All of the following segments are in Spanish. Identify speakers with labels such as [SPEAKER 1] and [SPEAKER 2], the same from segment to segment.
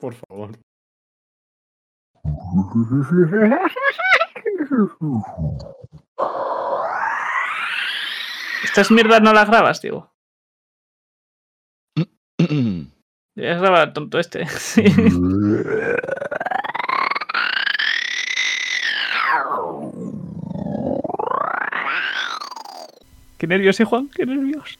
[SPEAKER 1] Por favor.
[SPEAKER 2] Estas mierdas no las grabas, digo. Deberías grabar tonto este. Sí. Qué nervios, ¿eh, Juan? Qué nervios.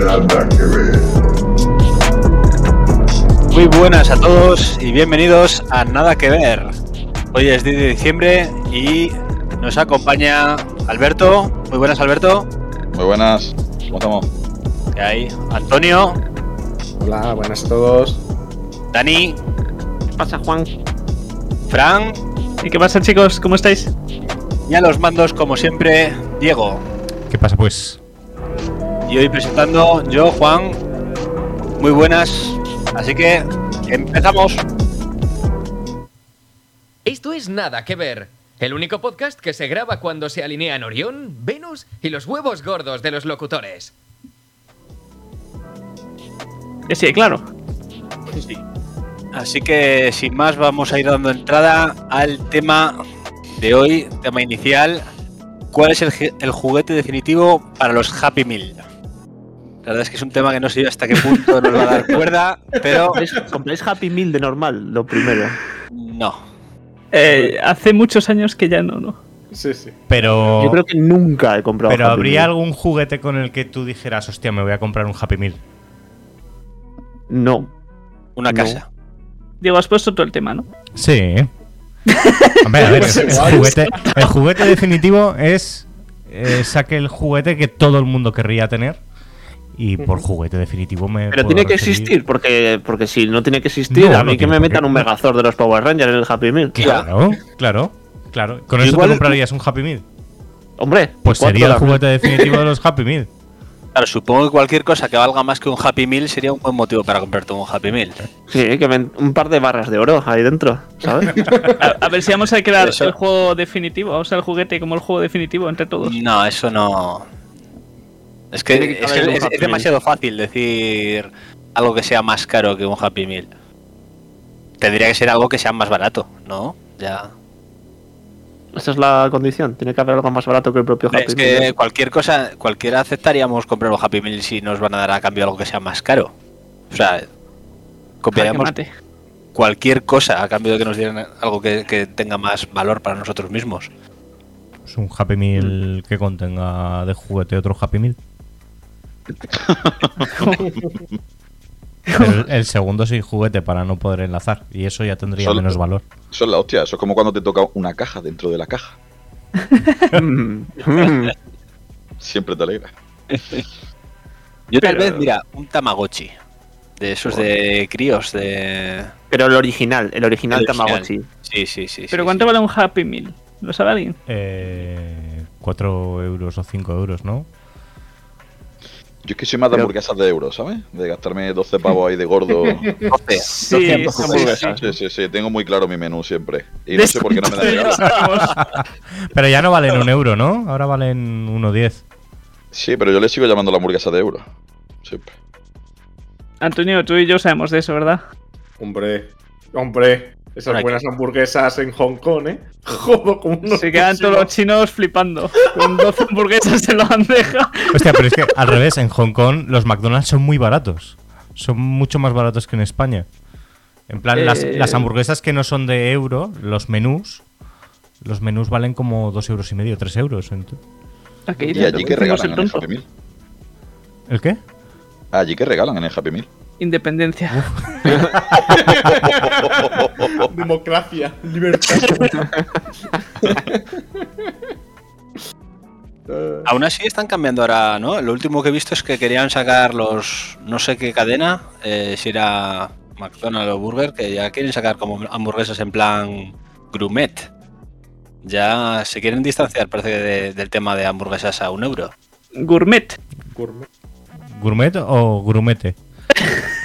[SPEAKER 3] Nada que ver.
[SPEAKER 4] Muy buenas a todos y bienvenidos a Nada que Ver. Hoy es 10 de diciembre y nos acompaña Alberto. Muy buenas, Alberto.
[SPEAKER 5] Muy buenas, ¿cómo estamos?
[SPEAKER 4] ¿Qué hay? Antonio,
[SPEAKER 1] Hola, buenas a todos.
[SPEAKER 4] Dani,
[SPEAKER 2] ¿Qué pasa, Juan?
[SPEAKER 4] Fran
[SPEAKER 2] ¿Y qué pasa, chicos? ¿Cómo estáis?
[SPEAKER 4] y a los mandos, como siempre, Diego.
[SPEAKER 6] ¿Qué pasa pues?
[SPEAKER 4] Y hoy presentando yo, Juan. Muy buenas, así que empezamos.
[SPEAKER 7] Esto es Nada que Ver, el único podcast que se graba cuando se alinean Orión, Venus y los huevos gordos de los locutores.
[SPEAKER 2] Eh, Sí, claro.
[SPEAKER 4] Así que sin más vamos a ir dando entrada al tema de hoy, tema inicial. ¿Cuál es el, ju- el juguete definitivo para los Happy Meal? La verdad es que es un tema que no sé yo hasta qué punto nos va a dar cuerda, pero
[SPEAKER 8] ¿Compráis Happy Meal de normal? Lo primero.
[SPEAKER 4] no.
[SPEAKER 2] Eh, hace muchos años que ya no, ¿no?
[SPEAKER 1] Sí, sí.
[SPEAKER 6] Pero,
[SPEAKER 8] Yo creo que nunca he comprado
[SPEAKER 6] pero
[SPEAKER 8] Happy
[SPEAKER 6] ¿habría
[SPEAKER 8] Meal.
[SPEAKER 6] algún juguete con el que tú dijeras, hostia, me voy a comprar un Happy Meal?
[SPEAKER 8] No.
[SPEAKER 4] Una
[SPEAKER 8] No.
[SPEAKER 4] casa.
[SPEAKER 2] Diego, has puesto todo el tema, ¿no?
[SPEAKER 6] Sí. Hombre, a ver,
[SPEAKER 1] Pues
[SPEAKER 6] el,
[SPEAKER 1] igual.
[SPEAKER 6] juguete, el juguete definitivo es, es aquel juguete que todo el mundo querría tener. Y por juguete definitivo me.
[SPEAKER 8] Pero
[SPEAKER 6] puedo
[SPEAKER 8] tiene que
[SPEAKER 6] referir-
[SPEAKER 8] existir, porque, porque si no tiene que existir,
[SPEAKER 6] No,
[SPEAKER 8] a
[SPEAKER 6] no
[SPEAKER 8] mí que
[SPEAKER 6] tiene
[SPEAKER 8] me
[SPEAKER 6] por
[SPEAKER 8] metan
[SPEAKER 6] qué.
[SPEAKER 8] un Megazord de los Power Rangers en el Happy Meal.
[SPEAKER 6] Claro, claro, claro. ¿Con eso
[SPEAKER 8] Igual-
[SPEAKER 6] te comprarías un Happy Meal?
[SPEAKER 8] Hombre,
[SPEAKER 6] Pues
[SPEAKER 8] ¿cuánto
[SPEAKER 6] sería el
[SPEAKER 8] da?
[SPEAKER 6] juguete definitivo de los Happy Meal.
[SPEAKER 4] Claro, supongo que cualquier cosa que valga más que un Happy Meal sería un buen motivo para comprarte un Happy Meal.
[SPEAKER 8] Sí, que ven- un par de barras de oro ahí dentro, ¿sabes?
[SPEAKER 2] A, a ver si vamos a crear
[SPEAKER 4] Eso.
[SPEAKER 2] el juego definitivo, o sea, el juguete como el juego definitivo entre todos.
[SPEAKER 4] No, eso no. Es que,
[SPEAKER 8] Tiene que
[SPEAKER 4] es,
[SPEAKER 8] haber
[SPEAKER 4] que
[SPEAKER 8] un
[SPEAKER 4] es-
[SPEAKER 8] Happy
[SPEAKER 4] es demasiado fácil decir algo que sea más caro que un Happy Meal. Tendría que ser algo que sea más barato, ¿no? Ya.
[SPEAKER 8] Esa es la condición. Tiene que haber algo más barato que el propio Happy
[SPEAKER 4] Es que
[SPEAKER 8] Meal.
[SPEAKER 4] cualquier cosa, cualquiera aceptaríamos comprar un Happy Meal si nos van a dar a cambio algo que sea más caro. O sea,
[SPEAKER 2] Jaque
[SPEAKER 8] Ah,
[SPEAKER 4] copiaríamos
[SPEAKER 2] mate.
[SPEAKER 4] cualquier cosa a cambio de que nos dieran algo que, que tenga más valor para nosotros mismos.
[SPEAKER 6] Es un Happy Meal que contenga de juguete otro Happy Meal. Pero el, el segundo sin juguete para no poder enlazar. Y eso ya tendría
[SPEAKER 5] Solo-
[SPEAKER 6] menos valor.
[SPEAKER 5] Eso es la hostia, eso es como cuando te toca una caja dentro de la caja.
[SPEAKER 8] Mm, mm.
[SPEAKER 5] Siempre te alegra.
[SPEAKER 4] Yo tal
[SPEAKER 2] Pero-
[SPEAKER 4] vez, mira, un Tamagotchi. De esos de críos, de.
[SPEAKER 8] Pero el original, el original
[SPEAKER 4] El
[SPEAKER 8] Tamagotchi.
[SPEAKER 4] Sí, sí, sí.
[SPEAKER 2] Pero
[SPEAKER 4] sí,
[SPEAKER 2] ¿cuánto
[SPEAKER 4] sí.
[SPEAKER 2] vale un Happy Meal? ¿Lo sabe alguien?
[SPEAKER 6] Eh, 4 euros o 5 euros, ¿no?
[SPEAKER 5] Yo es que soy más de
[SPEAKER 8] Pero-
[SPEAKER 5] hamburguesas de euros, ¿sabes? De gastarme 12 pavos ahí de gordo.
[SPEAKER 2] Sí,
[SPEAKER 8] dos
[SPEAKER 2] sí, sí.
[SPEAKER 5] Sí, sí, sí, tengo muy claro mi menú siempre. Y no sé por qué no me da
[SPEAKER 2] Sí,
[SPEAKER 5] regalo.
[SPEAKER 2] vamos.
[SPEAKER 6] Pero ya no valen un euro, ¿no? Ahora valen 1,10.
[SPEAKER 5] Sí, pero yo le sigo llamando la hamburguesa de euros. Siempre.
[SPEAKER 2] Antonio, tú y yo sabemos de eso, ¿verdad?
[SPEAKER 1] Hombre, hombre. Esas
[SPEAKER 4] Bueno,
[SPEAKER 1] buenas hamburguesas en Hong Kong, ¿eh? Jodo, como unos
[SPEAKER 2] Se quedan todos los
[SPEAKER 1] chinos.
[SPEAKER 2] chinos flipando. Con 12 hamburguesas en la bandeja.
[SPEAKER 6] Hostia, pero es que al revés, en Hong Kong los McDonald's son muy baratos. Son mucho más baratos que en España. En plan, las,
[SPEAKER 2] Eh.
[SPEAKER 6] las hamburguesas que no son de euro, los menús, los menús valen como 2 euros y medio, 3 euros. Ent-
[SPEAKER 2] Aquí,
[SPEAKER 5] Y allí que regalan en el Happy Meal.
[SPEAKER 6] ¿El qué?
[SPEAKER 5] Allí que regalan en el Happy Meal.
[SPEAKER 2] Independencia.
[SPEAKER 1] Democracia, libertad. Eh,
[SPEAKER 4] Aún así están cambiando ahora, ¿no? Lo último que he visto es que querían sacar los. No sé qué cadena, eh, si era McDonald's o Burger, que ya quieren sacar como hamburguesas en plan grumet. Ya se quieren distanciar, parece, de- del tema de hamburguesas a un euro.
[SPEAKER 8] Gourmet.
[SPEAKER 1] Gourmet.
[SPEAKER 6] ¿Gourmet o grumete?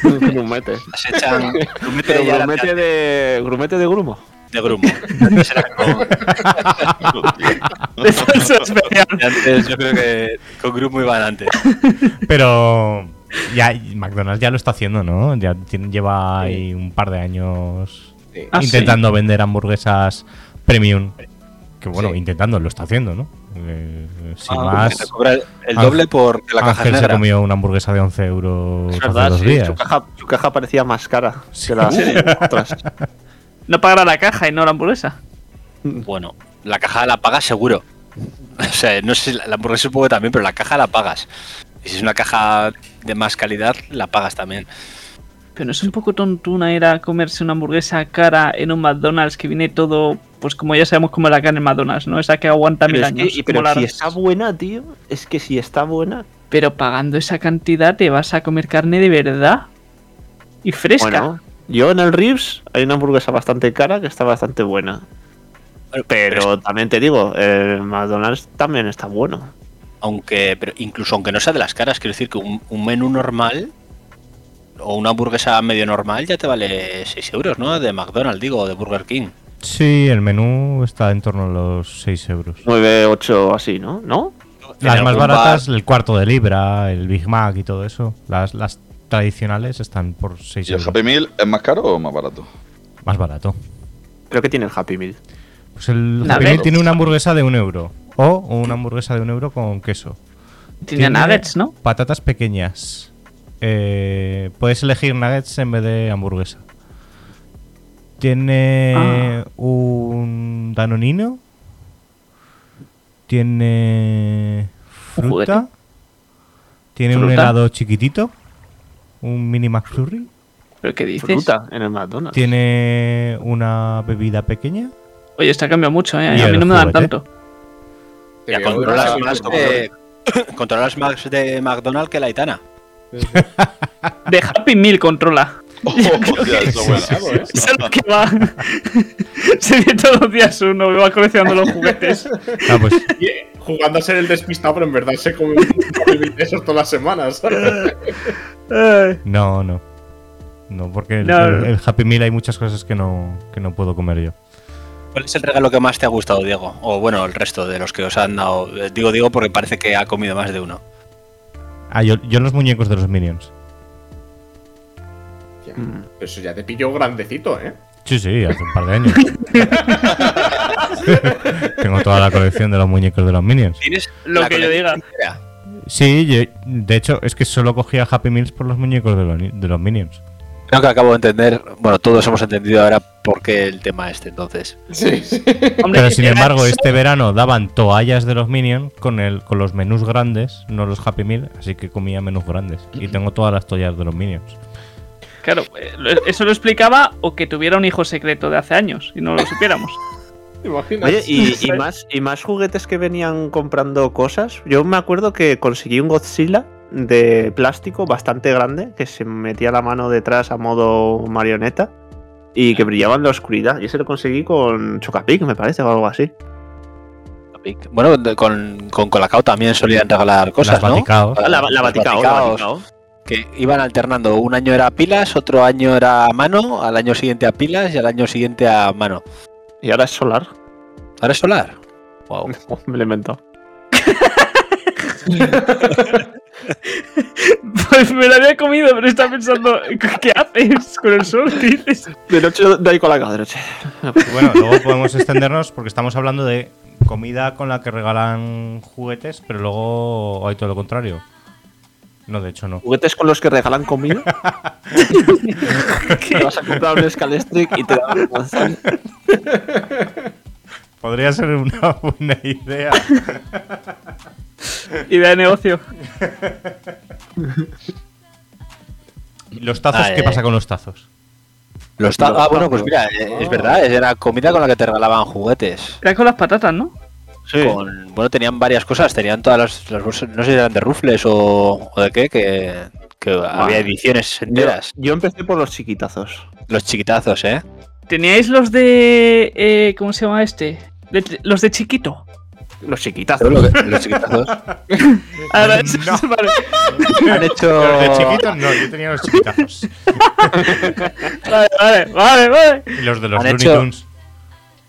[SPEAKER 8] Grumete.
[SPEAKER 4] Las echan grumete
[SPEAKER 8] Pero
[SPEAKER 4] y a la
[SPEAKER 8] grumete de. Grumete de grumo.
[SPEAKER 4] de grumo. Antes era con-
[SPEAKER 2] De salsa especial.
[SPEAKER 4] antes yo creo que con grumo iban antes.
[SPEAKER 6] Pero ya McDonald's ya lo está haciendo, ¿no? Ya tiene- lleva ahí un par de años
[SPEAKER 1] Sí.
[SPEAKER 8] Ah, sí.
[SPEAKER 6] intentando vender hamburguesas premium. Que bueno,
[SPEAKER 1] Sí.
[SPEAKER 6] intentando, lo está haciendo, ¿no? Eh, sin
[SPEAKER 4] Ah,
[SPEAKER 6] más,
[SPEAKER 4] porque te cobra el doble por la caja
[SPEAKER 6] Ángel se
[SPEAKER 4] negra.
[SPEAKER 6] comió una hamburguesa de 11 euros
[SPEAKER 8] Es
[SPEAKER 6] hace
[SPEAKER 8] verdad,
[SPEAKER 6] dos
[SPEAKER 8] sí,
[SPEAKER 6] días.
[SPEAKER 8] Su, caja, su caja parecía más cara
[SPEAKER 6] Sí.
[SPEAKER 8] que las otras.
[SPEAKER 2] No pagará la caja y no la hamburguesa.
[SPEAKER 4] Bueno, la caja la pagas seguro. O sea, no sé, si la la hamburguesa supongo que también, pero la caja la pagas. Y si es una caja de más calidad, la pagas también.
[SPEAKER 2] Pero no es un poco tontuna era comerse una hamburguesa cara en un McDonald's que viene todo, pues como ya sabemos cómo es la carne en McDonald's, ¿no? Esa que aguanta mil
[SPEAKER 8] Pero, es que-
[SPEAKER 2] años.
[SPEAKER 8] y- pero
[SPEAKER 2] como la-
[SPEAKER 8] si está buena, tío. Es que si está buena.
[SPEAKER 2] Pero pagando esa cantidad te vas a comer carne de verdad. Y fresca.
[SPEAKER 8] Bueno, yo en el Ribs hay una hamburguesa bastante cara que está bastante buena.
[SPEAKER 4] Pero,
[SPEAKER 8] Pero también te digo, el McDonald's también está bueno.
[SPEAKER 4] aunque pero incluso aunque no sea de las caras, quiero decir que un, un menú normal o una hamburguesa medio normal ya te vale 6 euros, ¿no? De McDonald's, digo, o de Burger King.
[SPEAKER 6] Sí, el menú está en torno a los 6 euros.
[SPEAKER 8] 9, 8 así, ¿no? ¿No?
[SPEAKER 4] En
[SPEAKER 6] Las más
[SPEAKER 4] algún bar-
[SPEAKER 6] baratas, el cuarto de libra, el Big Mac y todo eso. Las, las tradicionales están por 6
[SPEAKER 5] ¿Y el
[SPEAKER 6] euros.
[SPEAKER 5] Happy Meal es más caro o más barato?
[SPEAKER 6] Más barato.
[SPEAKER 8] Creo que tiene el Happy Meal.
[SPEAKER 6] Pues el
[SPEAKER 2] Nada,
[SPEAKER 6] Happy Meal
[SPEAKER 2] pero-
[SPEAKER 6] tiene una hamburguesa de un euro. O una hamburguesa de un euro con queso.
[SPEAKER 2] Tiene nuggets, ¿no?
[SPEAKER 6] Patatas pequeñas. Eh, puedes elegir nuggets en vez de hamburguesa. Tiene
[SPEAKER 2] Ah.
[SPEAKER 6] un danonino. Tiene
[SPEAKER 8] Un juguete.
[SPEAKER 6] fruta. Tiene un
[SPEAKER 8] Fruta.
[SPEAKER 6] helado chiquitito. Un mini McFlurry.
[SPEAKER 2] ¿Pero qué dices?
[SPEAKER 8] Fruta en el
[SPEAKER 2] Ah.
[SPEAKER 8] McDonald's.
[SPEAKER 6] Tiene una bebida pequeña.
[SPEAKER 2] Oye, está cambiado mucho, ¿eh?
[SPEAKER 6] Y
[SPEAKER 2] A mí
[SPEAKER 6] el
[SPEAKER 2] no me dan
[SPEAKER 6] juguete.
[SPEAKER 2] tanto.
[SPEAKER 1] Te
[SPEAKER 4] Ya
[SPEAKER 1] veo
[SPEAKER 4] controlas
[SPEAKER 1] demasiado
[SPEAKER 4] más
[SPEAKER 1] informado.
[SPEAKER 4] de, controlas más de McDonald's que la Itana.
[SPEAKER 2] De Happy Meal controla.
[SPEAKER 5] Oh, hostia, eso es bueno.
[SPEAKER 1] Bravo, ¿eh?
[SPEAKER 2] Es a lo que va. Se ve todos los días uno, va coleccionando los juguetes.
[SPEAKER 6] Ah, pues,
[SPEAKER 1] Y eh, Jugando a ser el despistado, pero en verdad se come un papel de esos todas las semanas. ¿sabes?
[SPEAKER 2] Ay.
[SPEAKER 6] no, no. No, porque el,
[SPEAKER 2] No, no.
[SPEAKER 6] el Happy Meal hay muchas cosas que no, que no puedo comer yo.
[SPEAKER 4] ¿Cuál es el regalo que más te ha gustado, Diego? O bueno, el resto de los que os han dado. Eh, Digo, digo, porque parece que ha comido más de uno.
[SPEAKER 6] Ah, yo, yo los muñecos de los Minions.
[SPEAKER 1] Ya, Pero eso ya te pilló grandecito, ¿eh?
[SPEAKER 6] Sí, sí, hace un par de años. Tengo toda la colección de los muñecos de los Minions.
[SPEAKER 4] ¿Tienes
[SPEAKER 2] Lo
[SPEAKER 4] la
[SPEAKER 2] que yo
[SPEAKER 4] colección
[SPEAKER 2] diga.
[SPEAKER 4] entera?
[SPEAKER 6] Sí, yo- de hecho, es que solo cogía Happy Meals por los muñecos de los, ni- de los Minions.
[SPEAKER 4] Creo que acabo de entender. Bueno, todos hemos entendido ahora por qué el tema este, entonces.
[SPEAKER 1] Sí, sí.
[SPEAKER 2] Hombre,
[SPEAKER 6] Pero sin embargo, este verano daban toallas de los Minions con, el, con los menús grandes, no los Happy Meal, así que comía menús grandes. Y tengo todas las toallas de los Minions.
[SPEAKER 2] Claro, eh, lo- eso lo explicaba o que tuviera un hijo secreto de hace años y no lo supiéramos.
[SPEAKER 1] ¿Te imaginas?
[SPEAKER 8] Oye, y, y más, y más juguetes que venían comprando cosas. Yo me acuerdo que conseguí un Godzilla de plástico bastante grande que se metía la mano detrás a modo marioneta y que brillaba en la oscuridad. Y ese lo conseguí con Chocapic, me parece, o algo así.
[SPEAKER 4] Bueno, de- con, con Colacao también solían regalar cosas,
[SPEAKER 6] las Vaticaos.
[SPEAKER 4] ¿no?
[SPEAKER 8] Ah, La, la
[SPEAKER 4] Los
[SPEAKER 8] Vaticao, la
[SPEAKER 4] Vaticaos,
[SPEAKER 8] Vaticao.
[SPEAKER 4] Que iban alternando. Un año era a pilas, otro año era a mano, al año siguiente a pilas y al año siguiente a mano.
[SPEAKER 8] Y ahora es solar.
[SPEAKER 4] ¿Ahora es solar? Wow.
[SPEAKER 8] me lo he inventado.
[SPEAKER 2] Pues me lo había comido, pero está pensando, ¿qué haces con el sol? ¿Qué dices?
[SPEAKER 8] De noche doy con la cara de noche.
[SPEAKER 6] Bueno, luego podemos extendernos porque estamos hablando de comida con la que regalan juguetes, pero luego hay todo lo contrario. No, de hecho no.
[SPEAKER 8] Juguetes con los que regalan comida. Te vas a comprar un Scalestric y te dan un manzana.
[SPEAKER 6] Podría ser una buena idea.
[SPEAKER 2] Idea de negocio.
[SPEAKER 6] ¿Los tazos?
[SPEAKER 4] Ah,
[SPEAKER 6] ¿Qué
[SPEAKER 4] eh.
[SPEAKER 6] pasa con los tazos?
[SPEAKER 4] Los ta- ah, bueno, pues mira, eh, es verdad, era comida con la que te regalaban juguetes.
[SPEAKER 2] Era con las patatas, ¿no?
[SPEAKER 4] Con- bueno, tenían varias cosas, tenían todas las, las bolsas, no sé si eran de rufles o, o de qué, que, que había ediciones
[SPEAKER 8] Yo,
[SPEAKER 4] enteras.
[SPEAKER 8] yo empecé por los chiquitazos.
[SPEAKER 4] Los chiquitazos, ¿eh?
[SPEAKER 2] ¿Teníais los de... eh, ¿Cómo se llama este? De- los de chiquito.
[SPEAKER 8] Los chiquitazos.
[SPEAKER 4] Los chiquitazos.
[SPEAKER 2] Ahora es-
[SPEAKER 6] No.
[SPEAKER 2] Ah, vale.
[SPEAKER 8] Han hecho.
[SPEAKER 6] Los de chiquitos no, yo tenía los chiquitazos.
[SPEAKER 2] Vale, vale, vale, vale.
[SPEAKER 6] Y los de los
[SPEAKER 4] Han
[SPEAKER 6] Looney
[SPEAKER 4] hecho-
[SPEAKER 6] Tunes.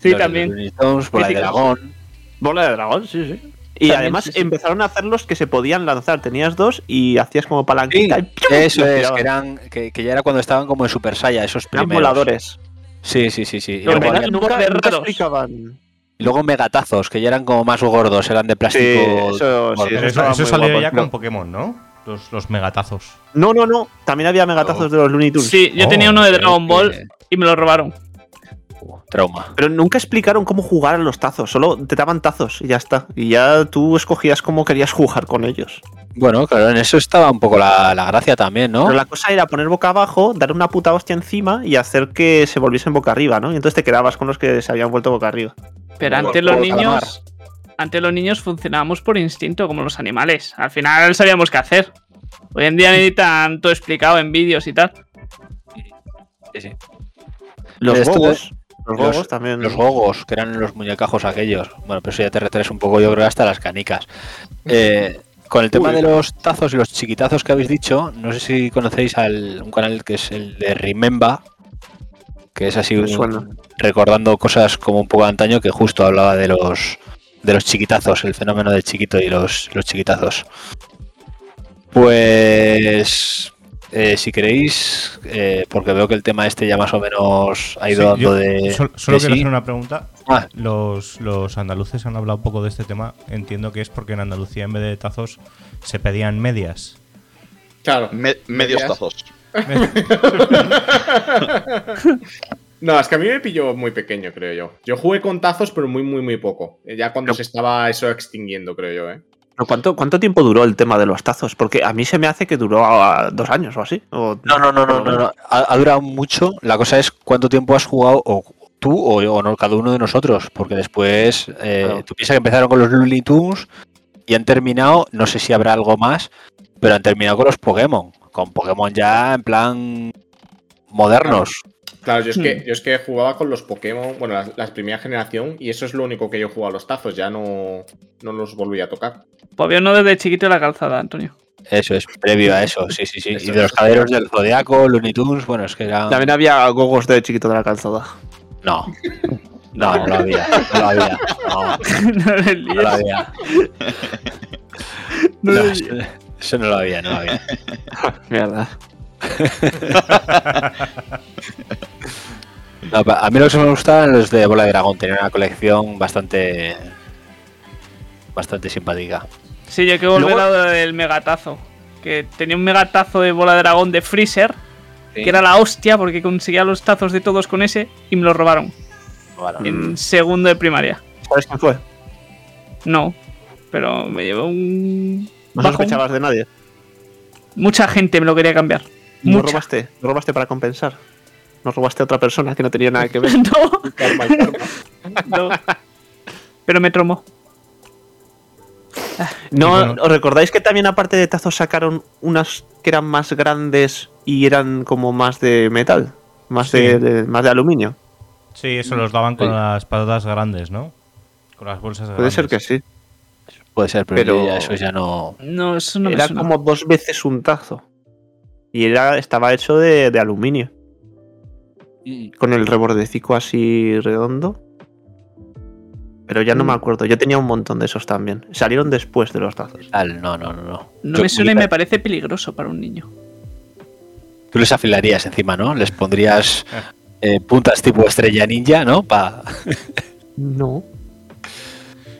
[SPEAKER 2] Sí,
[SPEAKER 4] Los de
[SPEAKER 2] también.
[SPEAKER 4] Looney Tunes, Bola de
[SPEAKER 2] Míticos.
[SPEAKER 4] dragón.
[SPEAKER 8] Bola de dragón, sí, sí. Y
[SPEAKER 2] También,
[SPEAKER 8] además
[SPEAKER 2] sí, sí.
[SPEAKER 8] empezaron a hacer los que se podían lanzar. Tenías dos y hacías como palanquita. y ¡piu!
[SPEAKER 4] eso
[SPEAKER 8] los
[SPEAKER 4] es,
[SPEAKER 8] tirabas.
[SPEAKER 4] que, eran, que, que ya era cuando estaban como en Super Saiya, esos
[SPEAKER 8] Eran
[SPEAKER 4] primeros.
[SPEAKER 8] voladores.
[SPEAKER 4] Sí, sí, sí, sí. Y
[SPEAKER 2] Los
[SPEAKER 4] luego,
[SPEAKER 2] venados.
[SPEAKER 4] había-
[SPEAKER 8] Nunca,
[SPEAKER 2] de
[SPEAKER 8] nunca
[SPEAKER 2] raros.
[SPEAKER 8] explicaban.
[SPEAKER 4] y luego megatazos, que ya eran como más gordos, eran de plástico.
[SPEAKER 8] eso sí,
[SPEAKER 4] gordo.
[SPEAKER 8] eso
[SPEAKER 6] Pero eso,
[SPEAKER 8] estaba
[SPEAKER 6] eso
[SPEAKER 8] muy
[SPEAKER 6] salió
[SPEAKER 8] guapo.
[SPEAKER 6] ya
[SPEAKER 8] No.
[SPEAKER 6] con Pokémon, ¿no? Los, los megatazos.
[SPEAKER 8] No, no, no. También había megatazos de los Looney Tunes.
[SPEAKER 2] Sí, yo
[SPEAKER 6] Oh,
[SPEAKER 2] tenía uno de
[SPEAKER 4] creo
[SPEAKER 2] Dragon Ball
[SPEAKER 4] que-
[SPEAKER 2] y me lo robaron.
[SPEAKER 4] Trauma.
[SPEAKER 8] Pero nunca explicaron cómo jugar a los tazos, solo te daban tazos y ya está. Y ya tú escogías cómo querías jugar con ellos.
[SPEAKER 4] Bueno, claro, en eso estaba un poco la, la gracia también, ¿no?
[SPEAKER 8] Pero la cosa era poner boca abajo, dar una puta hostia encima y hacer que se volviesen boca arriba, ¿no? Y entonces te quedabas con los que se habían vuelto boca arriba.
[SPEAKER 2] Pero
[SPEAKER 4] Como
[SPEAKER 2] antes
[SPEAKER 4] el
[SPEAKER 2] los
[SPEAKER 4] juego de calamar.
[SPEAKER 2] niños. Antes los niños funcionábamos por instinto, como los animales. Al final sabíamos qué hacer. Hoy en día ni tanto explicado en vídeos y tal.
[SPEAKER 4] Sí, sí.
[SPEAKER 8] Los
[SPEAKER 4] Esto de-
[SPEAKER 8] gogos. Los
[SPEAKER 4] los-
[SPEAKER 8] gogos también.
[SPEAKER 4] Los gogos, que eran los muñecajos aquellos. Bueno, pero eso ya te retraes un poco, yo creo, hasta las canicas. Eh, con el tema de los tazos y los chiquitazos que habéis dicho, no sé si conocéis al, un canal que es el de Remember, que es así
[SPEAKER 8] Me
[SPEAKER 4] un-
[SPEAKER 8] suena.
[SPEAKER 4] recordando cosas como un poco de antaño que justo hablaba de los de los chiquitazos, el fenómeno del chiquito y los, los chiquitazos. Pues eh, si queréis, eh, porque veo que el tema este ya más o menos ha ido
[SPEAKER 6] Sí,
[SPEAKER 4] dando
[SPEAKER 6] yo
[SPEAKER 4] de.
[SPEAKER 6] sol- solo
[SPEAKER 4] de
[SPEAKER 6] quiero
[SPEAKER 4] sí.
[SPEAKER 6] hacer una pregunta.
[SPEAKER 4] Ah,
[SPEAKER 6] Los, los andaluces han hablado un poco de este tema. Entiendo que es porque en Andalucía en vez de tazos se pedían medias.
[SPEAKER 1] Claro.
[SPEAKER 5] Me- medios
[SPEAKER 1] Medias.
[SPEAKER 5] tazos.
[SPEAKER 1] No, es que a mí me pilló muy pequeño, creo yo. Yo jugué con tazos, pero muy, muy, muy poco. Eh, Ya cuando se estaba eso extinguiendo, creo yo, ¿eh?
[SPEAKER 8] Pero ¿Cuánto, ¿Cuánto tiempo duró el tema de los tazos? Porque a mí se me hace que duró ah, dos años o así. o-
[SPEAKER 4] No, no, no, no, no, no. Ha, ha durado mucho. La cosa es cuánto tiempo has jugado o tú o, yo, o no, cada uno de nosotros. Porque después, eh,
[SPEAKER 8] Claro.
[SPEAKER 4] tú piensas que empezaron con los Looney Tunes y han terminado, no sé si habrá algo más, pero han terminado con los Pokémon. Con Pokémon ya en plan modernos.
[SPEAKER 1] Claro, yo es,
[SPEAKER 2] Hmm.
[SPEAKER 1] que, yo es que jugaba con los Pokémon, bueno, las, las primera generación, y eso es lo único que yo jugaba a los tazos, ya no, no los volví a tocar.
[SPEAKER 2] Pues había uno desde chiquito en la calzada, Antonio.
[SPEAKER 4] Eso es, previo a eso, sí, sí, sí.
[SPEAKER 1] Eso
[SPEAKER 4] y de los
[SPEAKER 1] es.
[SPEAKER 4] caderos del Zodiaco, Looney Tunes, bueno, es que era...
[SPEAKER 8] También había gogos de chiquito de la calzada.
[SPEAKER 4] No. No, no lo había. No lo había. No,
[SPEAKER 2] no le
[SPEAKER 4] no lo
[SPEAKER 2] líes.
[SPEAKER 4] había.
[SPEAKER 2] No
[SPEAKER 4] No,
[SPEAKER 2] le líes.
[SPEAKER 4] eso, eso no lo había, no lo había.
[SPEAKER 8] Mierda.
[SPEAKER 4] No, pa- a mí los que me gustaban los de Bola de Dragón, tenían una colección bastante bastante simpática.
[SPEAKER 2] Sí, yo que volver
[SPEAKER 4] Luego-
[SPEAKER 2] a lo del megatazo. Que tenía un megatazo de bola de dragón de Freezer, que era la hostia porque conseguía los tazos de todos con ese y me lo robaron
[SPEAKER 4] Bueno,
[SPEAKER 2] en segundo de primaria.
[SPEAKER 8] ¿Sabes quién fue?
[SPEAKER 2] No, pero me llevó un.
[SPEAKER 8] No
[SPEAKER 2] bajón.
[SPEAKER 8] sospechabas de nadie.
[SPEAKER 2] Mucha gente me lo quería cambiar.
[SPEAKER 8] No
[SPEAKER 2] Mucha.
[SPEAKER 8] robaste, no robaste para compensar. No robaste a otra persona que no tenía nada que ver.
[SPEAKER 2] No,
[SPEAKER 1] Karma, el karma.
[SPEAKER 2] no. Pero me tromó.
[SPEAKER 8] No,
[SPEAKER 6] Bueno.
[SPEAKER 8] ¿os recordáis que también aparte de tazos sacaron unas que eran más grandes y eran como más de metal? Más,
[SPEAKER 6] Sí.
[SPEAKER 8] de, de- más de aluminio.
[SPEAKER 6] Sí, eso los daban con
[SPEAKER 4] Sí.
[SPEAKER 6] las patatas grandes, ¿no? Con las bolsas
[SPEAKER 8] Puede
[SPEAKER 6] grandes.
[SPEAKER 8] ser que sí.
[SPEAKER 4] puede ser, pero,
[SPEAKER 8] pero-
[SPEAKER 4] yo ya- eso ya no.
[SPEAKER 2] No, eso no me
[SPEAKER 8] era
[SPEAKER 2] suena.
[SPEAKER 8] como dos veces un tazo. Y era, estaba hecho de, de aluminio. Con el rebordecico así redondo. Pero ya no me acuerdo. Yo tenía un montón de esos también. Salieron después de los tazos.
[SPEAKER 4] Tal, no, no, no, no.
[SPEAKER 2] No
[SPEAKER 4] Yo-
[SPEAKER 2] me suena y me parece peligroso para un niño.
[SPEAKER 4] Tú les afilarías encima, ¿no? Les pondrías eh, puntas tipo estrella ninja, ¿no? Pa...
[SPEAKER 8] No.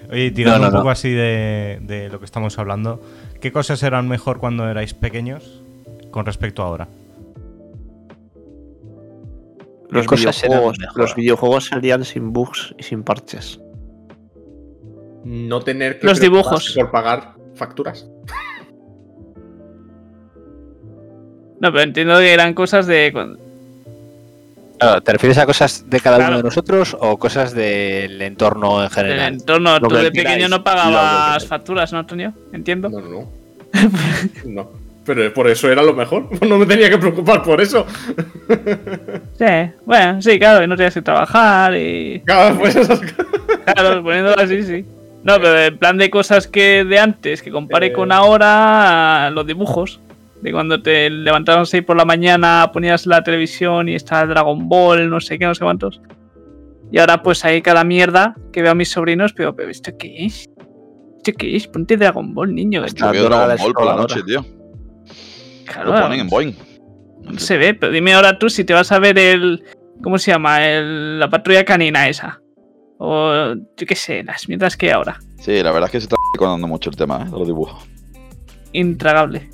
[SPEAKER 6] Oye, tirando
[SPEAKER 4] No, no,
[SPEAKER 6] un poco
[SPEAKER 4] no.
[SPEAKER 6] así de, de lo que estamos hablando, ¿qué cosas eran mejor cuando erais pequeños con respecto a ahora?
[SPEAKER 8] Los
[SPEAKER 4] ¿Qué cosas eran
[SPEAKER 8] videojuegos,
[SPEAKER 4] mejor?
[SPEAKER 8] los videojuegos salían sin bugs y sin parches.
[SPEAKER 1] No tener que
[SPEAKER 2] Los
[SPEAKER 1] preocuparse
[SPEAKER 2] dibujos.
[SPEAKER 1] por pagar facturas.
[SPEAKER 2] No, pero entiendo que eran cosas de. cuan-
[SPEAKER 4] Claro, ¿Te refieres a cosas de cada uno
[SPEAKER 2] Claro.
[SPEAKER 4] de nosotros o cosas del entorno en
[SPEAKER 2] del
[SPEAKER 4] general?
[SPEAKER 2] entorno.
[SPEAKER 4] Lo
[SPEAKER 2] Tú
[SPEAKER 4] que
[SPEAKER 2] de
[SPEAKER 4] queráis,
[SPEAKER 2] pequeño
[SPEAKER 4] lo
[SPEAKER 2] no
[SPEAKER 4] que
[SPEAKER 2] pagabas
[SPEAKER 4] queráis.
[SPEAKER 2] facturas, ¿no, Antonio? Entiendo.
[SPEAKER 1] No, no, no. No. Pero por eso era lo mejor. No me tenía que preocupar por eso.
[SPEAKER 2] Sí, bueno, sí, claro, y no tenías que trabajar y.
[SPEAKER 1] Claro, pues esas
[SPEAKER 2] Claro, poniéndolo así, sí. No, pero en plan de cosas que de antes, que compare
[SPEAKER 1] Eh.
[SPEAKER 2] con ahora, los dibujos. De cuando te levantaron 6 por la mañana, ponías la televisión y estaba Dragon Ball, no sé qué, no sé cuántos. Y ahora pues hay cada mierda que veo a mis sobrinos, pero, pero ¿esto qué es? ¿Esto qué es? Ponte Dragon Ball, niño.
[SPEAKER 5] Yo veo
[SPEAKER 8] Dora la
[SPEAKER 5] Dragon Ball por la noche, tío.
[SPEAKER 2] Claro,
[SPEAKER 5] Lo ponen en Boeing.
[SPEAKER 2] no se ve, pero dime ahora tú si te vas a ver el... ¿Cómo se llama? El- la patrulla canina esa. O yo qué sé, las mierdas que hay ahora.
[SPEAKER 5] Sí, la verdad es que se está recordando mucho el tema, ¿eh? De los dibujos.
[SPEAKER 2] Intragable.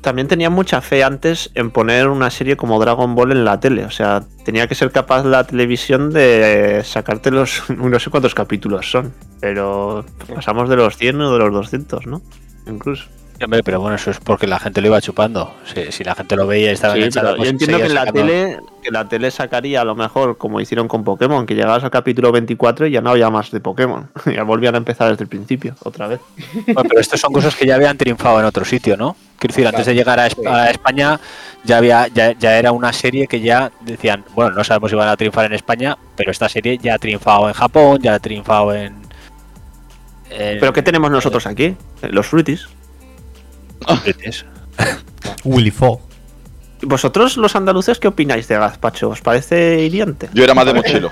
[SPEAKER 8] También tenía mucha fe antes en poner una serie como Dragon Ball en la tele. O sea, tenía que ser capaz la televisión de sacarte los. No sé cuántos capítulos son, pero pasamos de los 100 o de los 200, ¿no? Incluso.
[SPEAKER 4] Sí, hombre, pero bueno, eso es porque la gente lo iba chupando. Si, si la gente lo veía y estaba
[SPEAKER 8] Sí,
[SPEAKER 4] enganchada,
[SPEAKER 8] pero
[SPEAKER 4] pues
[SPEAKER 8] yo entiendo que
[SPEAKER 4] seguía
[SPEAKER 8] en la,
[SPEAKER 4] sacando-
[SPEAKER 8] tele, que la tele sacaría a lo mejor como hicieron con Pokémon, que llegabas al capítulo 24 y ya no había más de Pokémon. ya volvían a empezar desde el principio, otra vez.
[SPEAKER 4] Bueno, pero estas son cosas que ya habían triunfado en otro sitio, ¿no? Quiero decir, antes de llegar a, Esp- a España ya había ya, ya era una serie que ya decían, bueno, no sabemos si van a triunfar en España, pero esta serie ya ha triunfado en Japón, ya ha triunfado en... en-
[SPEAKER 8] Pero ¿qué tenemos nosotros aquí? Eh, Los fruitis.
[SPEAKER 4] British.
[SPEAKER 6] Willy Fo.
[SPEAKER 8] ¿Vosotros los andaluces qué opináis de gazpacho? ¿Os parece hiriente?
[SPEAKER 5] Yo era más de mochilo.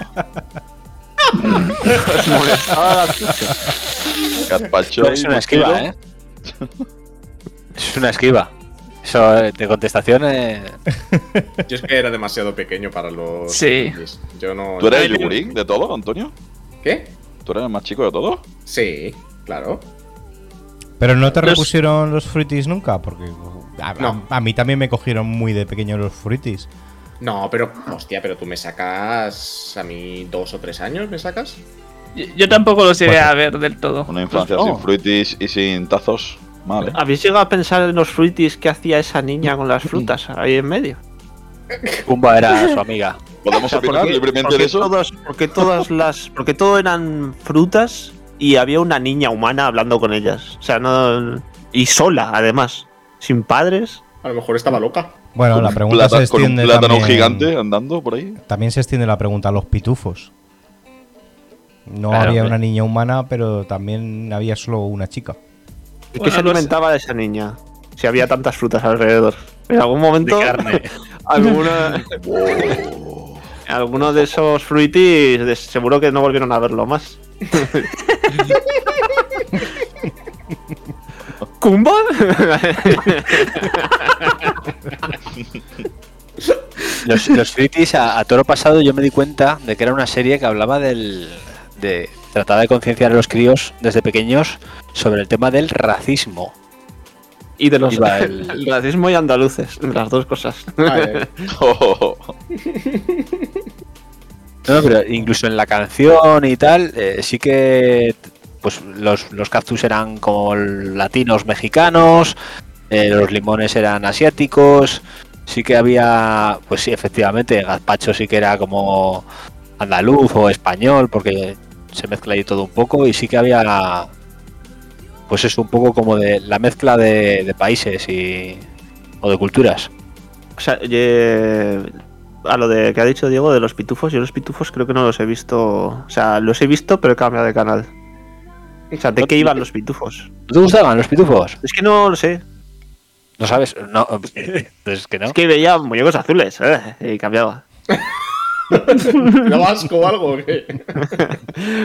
[SPEAKER 8] ¿Os molestaba gazpacho?
[SPEAKER 5] Gazpacho.
[SPEAKER 4] Es una esquiva, ¿eh? Es una esquiva. Eso eh, de contestación... eh,
[SPEAKER 1] Yo es que era demasiado pequeño para los.
[SPEAKER 2] Sí.
[SPEAKER 1] frikis. Yo no.
[SPEAKER 5] ¿Tú eres el yogurín de todo, Antonio?
[SPEAKER 1] ¿Qué?
[SPEAKER 5] ¿Tú eres el más chico de todos?
[SPEAKER 1] Sí, claro.
[SPEAKER 6] Pero no te
[SPEAKER 2] Los-
[SPEAKER 6] repusieron los fruitis nunca, porque a, a-
[SPEAKER 1] No.
[SPEAKER 6] a mí también me cogieron muy de pequeño los fruitis.
[SPEAKER 1] No, pero. Hostia, pero tú me sacas. A mí, dos o tres años, ¿me sacas?
[SPEAKER 2] Yo, yo tampoco los llegué
[SPEAKER 6] Bueno.
[SPEAKER 2] a ver del todo.
[SPEAKER 5] Una infancia
[SPEAKER 4] no.
[SPEAKER 5] sin fruitis y sin tazos. Vale.
[SPEAKER 8] ¿Habéis llegado a pensar en los fruitis que hacía esa niña con las frutas
[SPEAKER 5] Mm.
[SPEAKER 8] ahí en medio?
[SPEAKER 4] Pumba era su amiga.
[SPEAKER 8] O
[SPEAKER 5] ¿Podemos
[SPEAKER 8] sea,
[SPEAKER 5] opinar libremente
[SPEAKER 8] por
[SPEAKER 5] de
[SPEAKER 8] qué
[SPEAKER 5] eso?
[SPEAKER 8] todas- por qué todas las, porque todo eran frutas y había una niña humana hablando con ellas. O sea, no y sola además, sin padres.
[SPEAKER 1] A lo mejor estaba loca.
[SPEAKER 6] Bueno,
[SPEAKER 5] Con
[SPEAKER 6] la
[SPEAKER 5] un
[SPEAKER 6] pregunta
[SPEAKER 5] plata-
[SPEAKER 6] se
[SPEAKER 5] Con un
[SPEAKER 6] extiende
[SPEAKER 5] plátano
[SPEAKER 6] también-
[SPEAKER 5] gigante andando por ahí.
[SPEAKER 6] También se extiende la pregunta a los pitufos. No
[SPEAKER 4] Claro,
[SPEAKER 6] había
[SPEAKER 4] hombre.
[SPEAKER 6] una niña humana, pero también había solo una chica.
[SPEAKER 8] ¿De qué
[SPEAKER 2] Bueno,
[SPEAKER 8] se
[SPEAKER 2] no sé.
[SPEAKER 8] alimentaba de esa niña? Si había tantas frutas alrededor. En algún momento
[SPEAKER 4] De carne.
[SPEAKER 8] alguna alguno de esos fruitis de- seguro que no volvieron a verlo más. ¿Kumba?
[SPEAKER 4] Los, los Fritis, a, a toro pasado, yo me di cuenta de que era una serie que hablaba del. de. trataba de concienciar a los críos desde pequeños sobre el tema del racismo.
[SPEAKER 8] y de los
[SPEAKER 4] Iba el-
[SPEAKER 8] racismo y andaluces, las dos cosas.
[SPEAKER 1] Vale.
[SPEAKER 5] Oh,
[SPEAKER 4] No, pero incluso en la canción y tal, eh, sí que. pues los, los cactus eran como latinos mexicanos, eh, los limones eran asiáticos. Sí que había. pues sí, efectivamente, gazpacho sí que era como andaluz o español, porque se mezcla ahí todo un poco y sí que había pues es un poco como de la mezcla de, de países y o de culturas
[SPEAKER 8] O sea, ye- a lo de que ha dicho Diego de los pitufos, yo los pitufos creo que no los he visto. O sea, los he visto, pero he cambiado de canal. O sea, ¿de qué iban los pitufos?
[SPEAKER 4] ¿No te gustaban los pitufos?
[SPEAKER 8] Es que no lo sé.
[SPEAKER 4] ¿No sabes? No, pues, es que no.
[SPEAKER 8] Es que veía muñecos azules eh, y cambiaba.
[SPEAKER 1] ¿No asco o algo? o qué?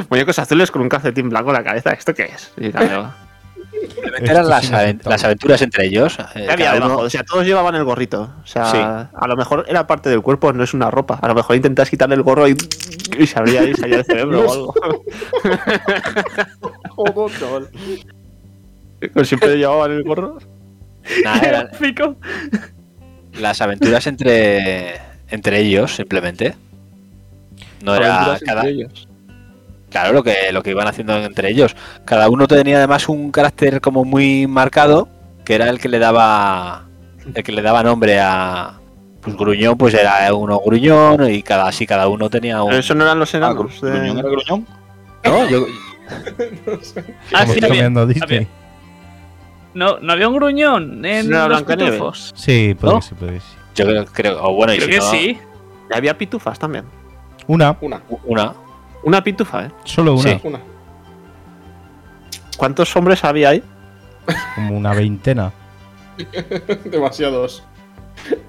[SPEAKER 8] Muñecos azules con un calcetín blanco en la cabeza. ¿Esto qué es? Y cambiaba.
[SPEAKER 6] Esto
[SPEAKER 4] eran
[SPEAKER 6] sí
[SPEAKER 4] las,
[SPEAKER 6] me
[SPEAKER 4] aven-
[SPEAKER 6] sentaba.
[SPEAKER 4] las aventuras entre ellos. eh,
[SPEAKER 8] ¿Qué había
[SPEAKER 4] cada
[SPEAKER 8] debajo?
[SPEAKER 4] uno-
[SPEAKER 8] O sea, todos llevaban el gorrito. O sea,
[SPEAKER 4] Sí.
[SPEAKER 8] a lo mejor era parte del cuerpo, no es una ropa. A lo mejor intentas quitarle el gorro y, y se abría y salía el cerebro o algo.
[SPEAKER 6] Oh,
[SPEAKER 8] Pero Siempre llevaban el gorro.
[SPEAKER 2] Ah,
[SPEAKER 4] nada, eran
[SPEAKER 2] Pico.
[SPEAKER 4] las aventuras entre, entre ellos, simplemente. No era
[SPEAKER 8] Aventuras
[SPEAKER 4] cada,
[SPEAKER 8] entre ellos.
[SPEAKER 4] Claro, lo que, lo que iban haciendo entre ellos. Cada uno tenía además un carácter como muy marcado, que era el que le daba el que le daba nombre a pues gruñón, pues era uno gruñón y cada así cada uno tenía un
[SPEAKER 8] Pero eso no eran los
[SPEAKER 5] Ah,
[SPEAKER 8] enanos. de-
[SPEAKER 5] gruñón, era gruñón.
[SPEAKER 4] ¿no? Yo-
[SPEAKER 2] Ah,
[SPEAKER 6] Como
[SPEAKER 2] sí,
[SPEAKER 6] está
[SPEAKER 2] había-
[SPEAKER 6] mirando Disney.
[SPEAKER 2] había- no, no había un gruñón en
[SPEAKER 8] ¿No era
[SPEAKER 2] los
[SPEAKER 8] Blancanieves?
[SPEAKER 2] pitufos.
[SPEAKER 6] Sí, puede
[SPEAKER 4] ¿No?
[SPEAKER 6] que sí, puede que sí.
[SPEAKER 4] yo creo, creo- o bueno, y
[SPEAKER 2] Creo
[SPEAKER 4] si
[SPEAKER 2] que
[SPEAKER 4] no,
[SPEAKER 2] sí.
[SPEAKER 8] Había pitufas también.
[SPEAKER 6] Una,
[SPEAKER 1] Una.
[SPEAKER 4] una
[SPEAKER 8] Una pintufa, ¿eh?
[SPEAKER 6] Solo una.
[SPEAKER 4] Sí.
[SPEAKER 1] Una.
[SPEAKER 8] ¿Cuántos hombres había ahí?
[SPEAKER 6] Como una veintena.
[SPEAKER 1] Demasiados.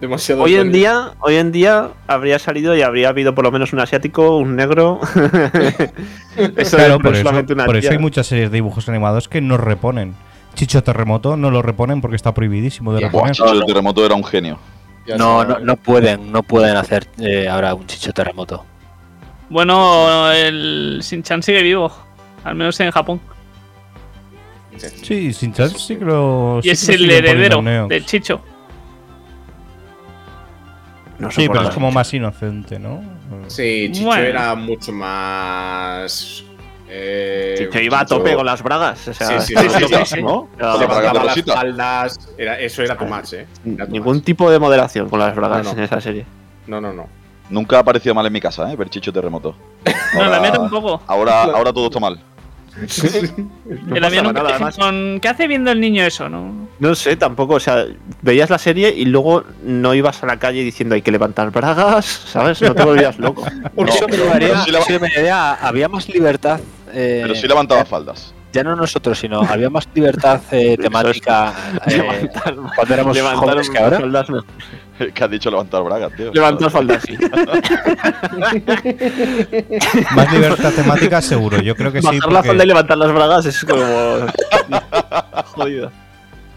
[SPEAKER 1] Demasiados.
[SPEAKER 8] Hoy en
[SPEAKER 1] Tony.
[SPEAKER 8] día, hoy en día habría salido y habría habido por lo menos un asiático, un negro. eso
[SPEAKER 6] Claro,
[SPEAKER 8] es
[SPEAKER 6] por, eso,
[SPEAKER 8] solamente una
[SPEAKER 6] por eso
[SPEAKER 8] tía.
[SPEAKER 6] hay muchas series de dibujos animados que no reponen. Chicho Terremoto no lo reponen porque está prohibidísimo de
[SPEAKER 1] Ya.
[SPEAKER 6] reponer.
[SPEAKER 5] Chicho, el terremoto era un genio.
[SPEAKER 1] Ya
[SPEAKER 4] No,
[SPEAKER 1] está.
[SPEAKER 4] no, no pueden, no pueden hacer eh, ahora un chicho terremoto.
[SPEAKER 2] Bueno, el Shinchan sigue vivo. Al menos en Japón.
[SPEAKER 6] Sí, sin chat sí que lo.
[SPEAKER 2] Y
[SPEAKER 6] sí
[SPEAKER 2] es
[SPEAKER 6] que lo
[SPEAKER 2] el
[SPEAKER 6] siguen poniendo
[SPEAKER 2] heredero
[SPEAKER 6] en Neox.
[SPEAKER 2] del Chicho.
[SPEAKER 8] No
[SPEAKER 6] Sí, pero
[SPEAKER 8] soporto.
[SPEAKER 6] es como más inocente, ¿no?
[SPEAKER 1] Sí, Chicho
[SPEAKER 2] Bueno.
[SPEAKER 1] era mucho más. Eh,
[SPEAKER 8] Chicho iba a tope con las bragas. O sea,
[SPEAKER 1] Sí, sí, sí,
[SPEAKER 8] estaba
[SPEAKER 1] sí,
[SPEAKER 8] a tope,
[SPEAKER 1] sí, sí.
[SPEAKER 8] ¿no? O sea,
[SPEAKER 5] la braga
[SPEAKER 1] Levantaba las
[SPEAKER 5] pelosita.
[SPEAKER 1] faldas. Era, eso era Tomás, ¿eh? Era Tomás.
[SPEAKER 8] Ningún tipo de moderación con las bragas
[SPEAKER 1] No, no.
[SPEAKER 8] en esa serie.
[SPEAKER 1] No, no, no.
[SPEAKER 5] Nunca ha parecido mal en mi casa, ¿eh? Ver Chicho Terremoto.
[SPEAKER 2] No, la
[SPEAKER 5] Ahora-
[SPEAKER 2] mierda un poco.
[SPEAKER 5] Ahora, ahora todo está mal.
[SPEAKER 2] Que la mía
[SPEAKER 8] pasaba
[SPEAKER 2] nunca-
[SPEAKER 8] nada, además.
[SPEAKER 2] con- ¿Qué hace viendo el niño eso? No,
[SPEAKER 8] No sé, tampoco. O sea, veías la serie y luego no ibas a la calle diciendo hay que levantar bragas, ¿sabes? No te volvías loco.
[SPEAKER 1] Eh,
[SPEAKER 5] No,
[SPEAKER 4] Eso me
[SPEAKER 5] pero-
[SPEAKER 4] llevaría-
[SPEAKER 5] pero sí la-
[SPEAKER 4] eso me llevaría a- había más libertad. eh,
[SPEAKER 5] Pero sí levantaba faldas.
[SPEAKER 4] Ya no nosotros, sino había más libertad eh, temática eh,
[SPEAKER 8] Levantar-
[SPEAKER 4] cuando éramos jóvenes que ahora.
[SPEAKER 8] faldas, no.
[SPEAKER 5] que has dicho levantar bragas, tío.
[SPEAKER 8] Levantar faldas, sí.
[SPEAKER 6] Más libertad temática, seguro. Yo creo que sí.
[SPEAKER 8] Bajar la
[SPEAKER 6] porque
[SPEAKER 8] falda y levantar las bragas es como. jodido.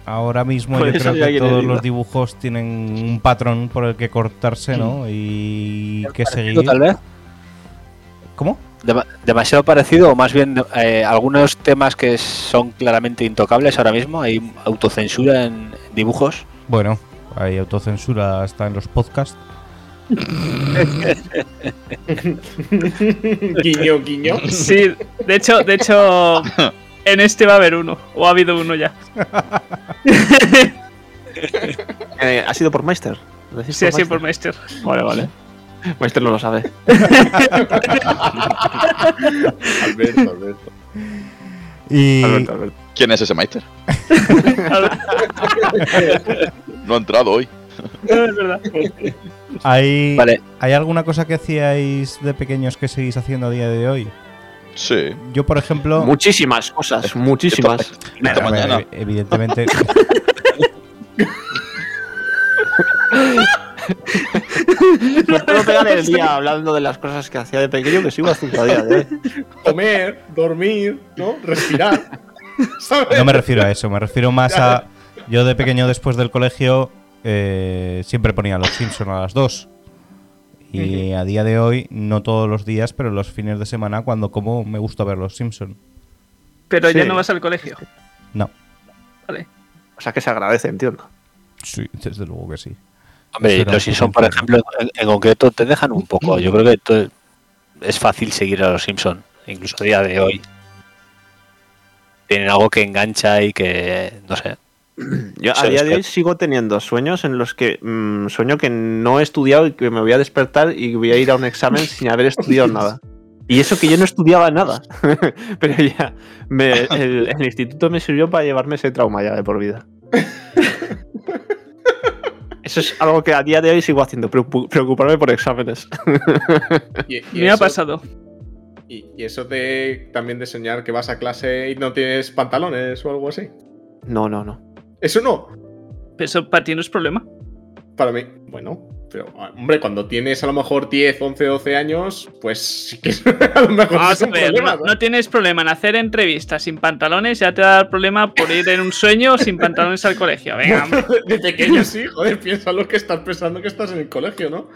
[SPEAKER 6] Ahora mismo
[SPEAKER 8] Por
[SPEAKER 6] yo
[SPEAKER 8] eso
[SPEAKER 6] creo
[SPEAKER 8] ya
[SPEAKER 6] que
[SPEAKER 8] quiere
[SPEAKER 6] todos
[SPEAKER 8] decirlo.
[SPEAKER 6] los dibujos tienen un patrón por el que cortarse, ¿no? Y que seguir.
[SPEAKER 4] Tal vez.
[SPEAKER 6] ¿Cómo?
[SPEAKER 4] Dema- demasiado parecido, o más bien eh, algunos temas que son claramente intocables ahora mismo. Hay autocensura en dibujos.
[SPEAKER 6] Bueno, hay autocensura hasta en los podcasts.
[SPEAKER 1] guiño, guiño.
[SPEAKER 2] Sí, de hecho, de hecho, en este va a haber uno. O ha habido uno ya.
[SPEAKER 8] Eh, ¿Ha sido por Meister? ¿Decís
[SPEAKER 2] Sí, así por
[SPEAKER 8] Meister?
[SPEAKER 2] Meister.
[SPEAKER 8] Vale, vale. Meister no lo sabe.
[SPEAKER 1] Alberto, Alberto.
[SPEAKER 6] Y
[SPEAKER 8] Alberto, Alberto.
[SPEAKER 5] ¿Quién es ese Meister?
[SPEAKER 2] Ah,
[SPEAKER 5] No ha entrado hoy.
[SPEAKER 2] es verdad.
[SPEAKER 6] hay,
[SPEAKER 4] Vale.
[SPEAKER 6] ¿hay alguna cosa que hacíais de pequeños que seguís haciendo a día de hoy?
[SPEAKER 5] Sí.
[SPEAKER 6] Yo, por ejemplo.
[SPEAKER 8] Muchísimas cosas, muchísimas.
[SPEAKER 5] Esta
[SPEAKER 6] A ver,
[SPEAKER 5] mañana.
[SPEAKER 6] Evidentemente.
[SPEAKER 8] Me puedo pegar el día hablando de las cosas que hacía de pequeño que sigo haciendo a día de hoy.
[SPEAKER 1] Comer, dormir, ¿no? Respirar. ¿Sabes?
[SPEAKER 6] No me refiero a eso, me refiero más a. Yo de pequeño, después del colegio, eh, siempre ponía los Simpson a las 2. Y a día de hoy, no todos los días, pero los fines de semana, cuando como, me gusta ver los Simpson.
[SPEAKER 2] Pero ya
[SPEAKER 8] Sí.
[SPEAKER 2] no vas al colegio.
[SPEAKER 6] No.
[SPEAKER 2] Vale.
[SPEAKER 8] O sea que se agradece, entiendo.
[SPEAKER 6] Sí, desde luego que sí. Eso
[SPEAKER 4] Hombre,
[SPEAKER 6] era
[SPEAKER 4] los
[SPEAKER 6] un
[SPEAKER 4] Simpson,
[SPEAKER 6] poco
[SPEAKER 4] por ejemplo, en, en concreto te dejan un poco. Yo creo que to- es fácil seguir a los Simpson, incluso a día de hoy. Tienen algo que engancha y que, no sé,
[SPEAKER 8] Yo a
[SPEAKER 4] Se
[SPEAKER 8] día de hoy
[SPEAKER 4] despierta.
[SPEAKER 8] sigo teniendo sueños en los que mm, sueño que no he estudiado y que me voy a despertar y voy a ir a un examen sin haber estudiado nada. Y eso que yo no estudiaba nada. Pero ya, me- el, el instituto me sirvió para llevarme ese trauma ya de por vida. Eso es algo que a día de hoy sigo haciendo, preocu- preocuparme por exámenes.
[SPEAKER 1] Y- y
[SPEAKER 2] Me ha
[SPEAKER 1] eso-
[SPEAKER 2] pasado.
[SPEAKER 1] Y, y eso de también de soñar que vas a clase y no tienes pantalones o algo así.
[SPEAKER 8] No, no, no.
[SPEAKER 1] Eso no.
[SPEAKER 2] Pero eso para ti no es problema.
[SPEAKER 1] Pues Para mí, bueno, pero hombre, cuando tienes a lo mejor 10, 11, 12 años, pues sí que es- a lo mejor
[SPEAKER 2] Vamos
[SPEAKER 1] es
[SPEAKER 2] a
[SPEAKER 1] un
[SPEAKER 2] ver,
[SPEAKER 1] problema,
[SPEAKER 2] Ah, no, no tienes problema en hacer entrevistas sin pantalones, ya te va a dar problema por ir en un sueño sin pantalones al colegio. Venga, hombre.
[SPEAKER 1] De pequeño sí, joder, piensa lo que estás pensando que estás en el colegio, ¿no?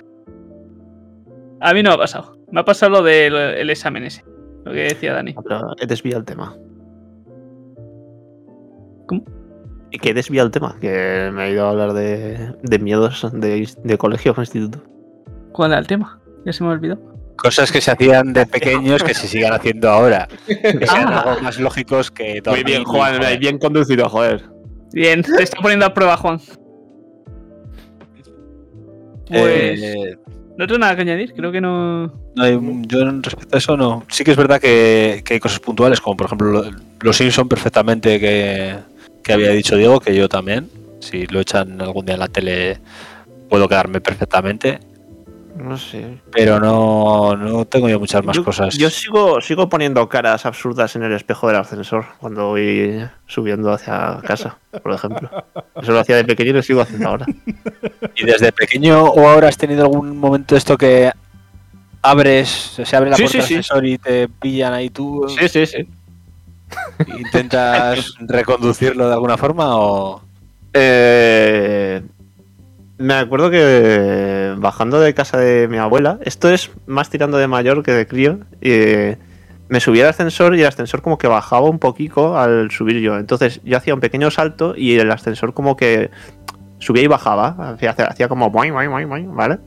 [SPEAKER 2] A mí no me ha pasado. Me ha pasado lo del el examen ese. Lo que decía Dani.
[SPEAKER 8] Pero he desviado el tema.
[SPEAKER 2] ¿Cómo?
[SPEAKER 8] Que he desviado el tema, que me he ido a hablar de, de miedos de, de colegio o instituto.
[SPEAKER 2] ¿Cuál era el tema? Ya se me olvidó.
[SPEAKER 4] cosas que se hacían de pequeños que se sigan haciendo ahora. Ah. Que sean algo más lógicos que todo.
[SPEAKER 8] bien conducido, joder.
[SPEAKER 2] Bien, te está poniendo a prueba, Juan. Pues.
[SPEAKER 4] Eh,
[SPEAKER 6] Eh,
[SPEAKER 2] No tengo nada que añadir, creo que no.
[SPEAKER 4] No hay- yo en respecto a eso no. Sí que es verdad que, que hay cosas puntuales, como por ejemplo lo- los Simpson perfectamente que, que había dicho Diego, que yo también. Si lo echan algún día en la tele puedo quedarme perfectamente.
[SPEAKER 8] No sé.
[SPEAKER 4] Pero no, no tengo yo muchas más
[SPEAKER 8] yo,
[SPEAKER 4] cosas.
[SPEAKER 8] Yo sigo, sigo poniendo caras absurdas en el espejo del ascensor cuando voy subiendo hacia casa, por ejemplo. Eso lo hacía de pequeño y lo sigo haciendo ahora.
[SPEAKER 4] ¿Y desde pequeño o ahora has tenido algún momento esto que abres, se abre la
[SPEAKER 8] Sí,
[SPEAKER 4] puerta
[SPEAKER 8] sí,
[SPEAKER 4] del
[SPEAKER 8] sí.
[SPEAKER 4] ascensor y te pillan ahí tú?
[SPEAKER 8] Sí, sí, sí.
[SPEAKER 4] ¿Intentas reconducirlo de alguna forma o...?
[SPEAKER 8] Eh, me acuerdo que eh, bajando de casa de mi abuela, esto es más tirando de mayor que de crío, eh, me subía al ascensor y el ascensor como que bajaba un poquito al subir yo. Entonces yo hacía un pequeño salto y el ascensor como que subía y bajaba, hacía, hacía- hacía como boing, boing, boing, boing, ¿vale?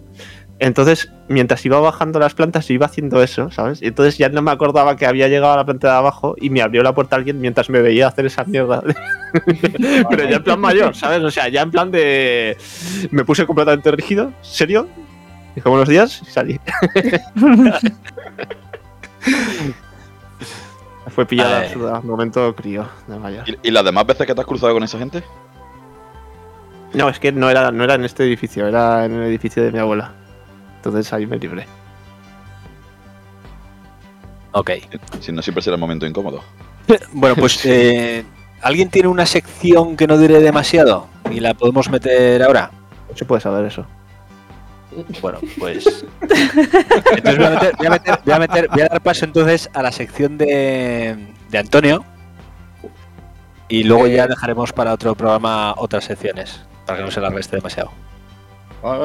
[SPEAKER 8] Entonces, mientras iba bajando las plantas, yo iba haciendo eso, ¿sabes? Y entonces ya no me acordaba que había llegado a la planta de abajo y me abrió la puerta alguien mientras me veía hacer esa mierda. Pero ya en plan mayor, ¿sabes? O sea, ya en plan de. Me puse completamente rígido, serio. Dije buenos días y salí. Fue pillada
[SPEAKER 4] Ay.
[SPEAKER 8] absurda, momento crío de mayor.
[SPEAKER 5] ¿Y, y las demás veces que te has cruzado con esa gente?
[SPEAKER 8] No, es que no era, no era en este edificio, era en el edificio de mi abuela. Entonces ahí me libré.
[SPEAKER 4] Ok.
[SPEAKER 5] Si no, siempre será el momento incómodo.
[SPEAKER 4] Bueno, pues eh, ¿alguien tiene una sección que no dure demasiado? ¿Y la podemos meter ahora?
[SPEAKER 8] No se puede saber eso.
[SPEAKER 4] Bueno, pues... Entonces voy a, meter, voy, a meter- voy a meter- voy a dar paso entonces a la sección de, de Antonio. Y luego ya dejaremos para otro programa otras secciones, para que no se la reste demasiado.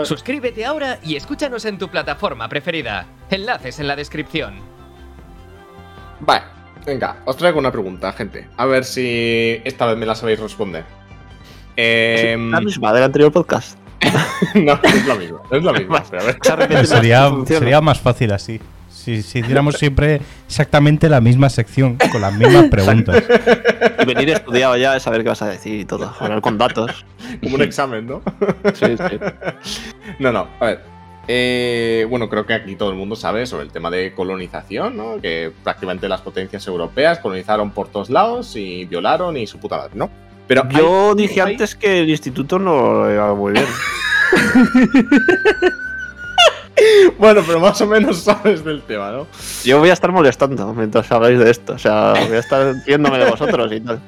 [SPEAKER 7] Suscríbete ahora y escúchanos en tu plataforma preferida. Enlaces en la descripción.
[SPEAKER 1] Vale, venga, os traigo una pregunta, gente. A ver si esta vez me la sabéis responder. Eh,
[SPEAKER 8] La misma del anterior podcast.
[SPEAKER 1] no, es lo mismo, es lo mismo. pero a ver.
[SPEAKER 9] Sería,
[SPEAKER 8] funciona.
[SPEAKER 9] sería más fácil así. Si, si hiciéramos siempre exactamente la misma sección, con las mismas preguntas.
[SPEAKER 8] Y venir estudiado ya es saber qué vas a decir y todo. Hablar con datos.
[SPEAKER 1] Como un examen, ¿no?
[SPEAKER 8] Sí, sí.
[SPEAKER 1] No, no, a ver. Eh, bueno, creo que aquí todo el mundo sabe sobre el tema de colonización, ¿no? Que prácticamente las potencias europeas colonizaron por todos lados y violaron y su puta madre, ¿no? Pero hay-
[SPEAKER 8] Yo dije
[SPEAKER 1] hay-
[SPEAKER 8] antes que el instituto no lo iba muy bien.
[SPEAKER 1] Bueno, pero más o menos sabes del tema, ¿no?
[SPEAKER 8] Yo voy a estar molestando mientras habláis de esto. O sea, voy a estar riéndome de vosotros y tal.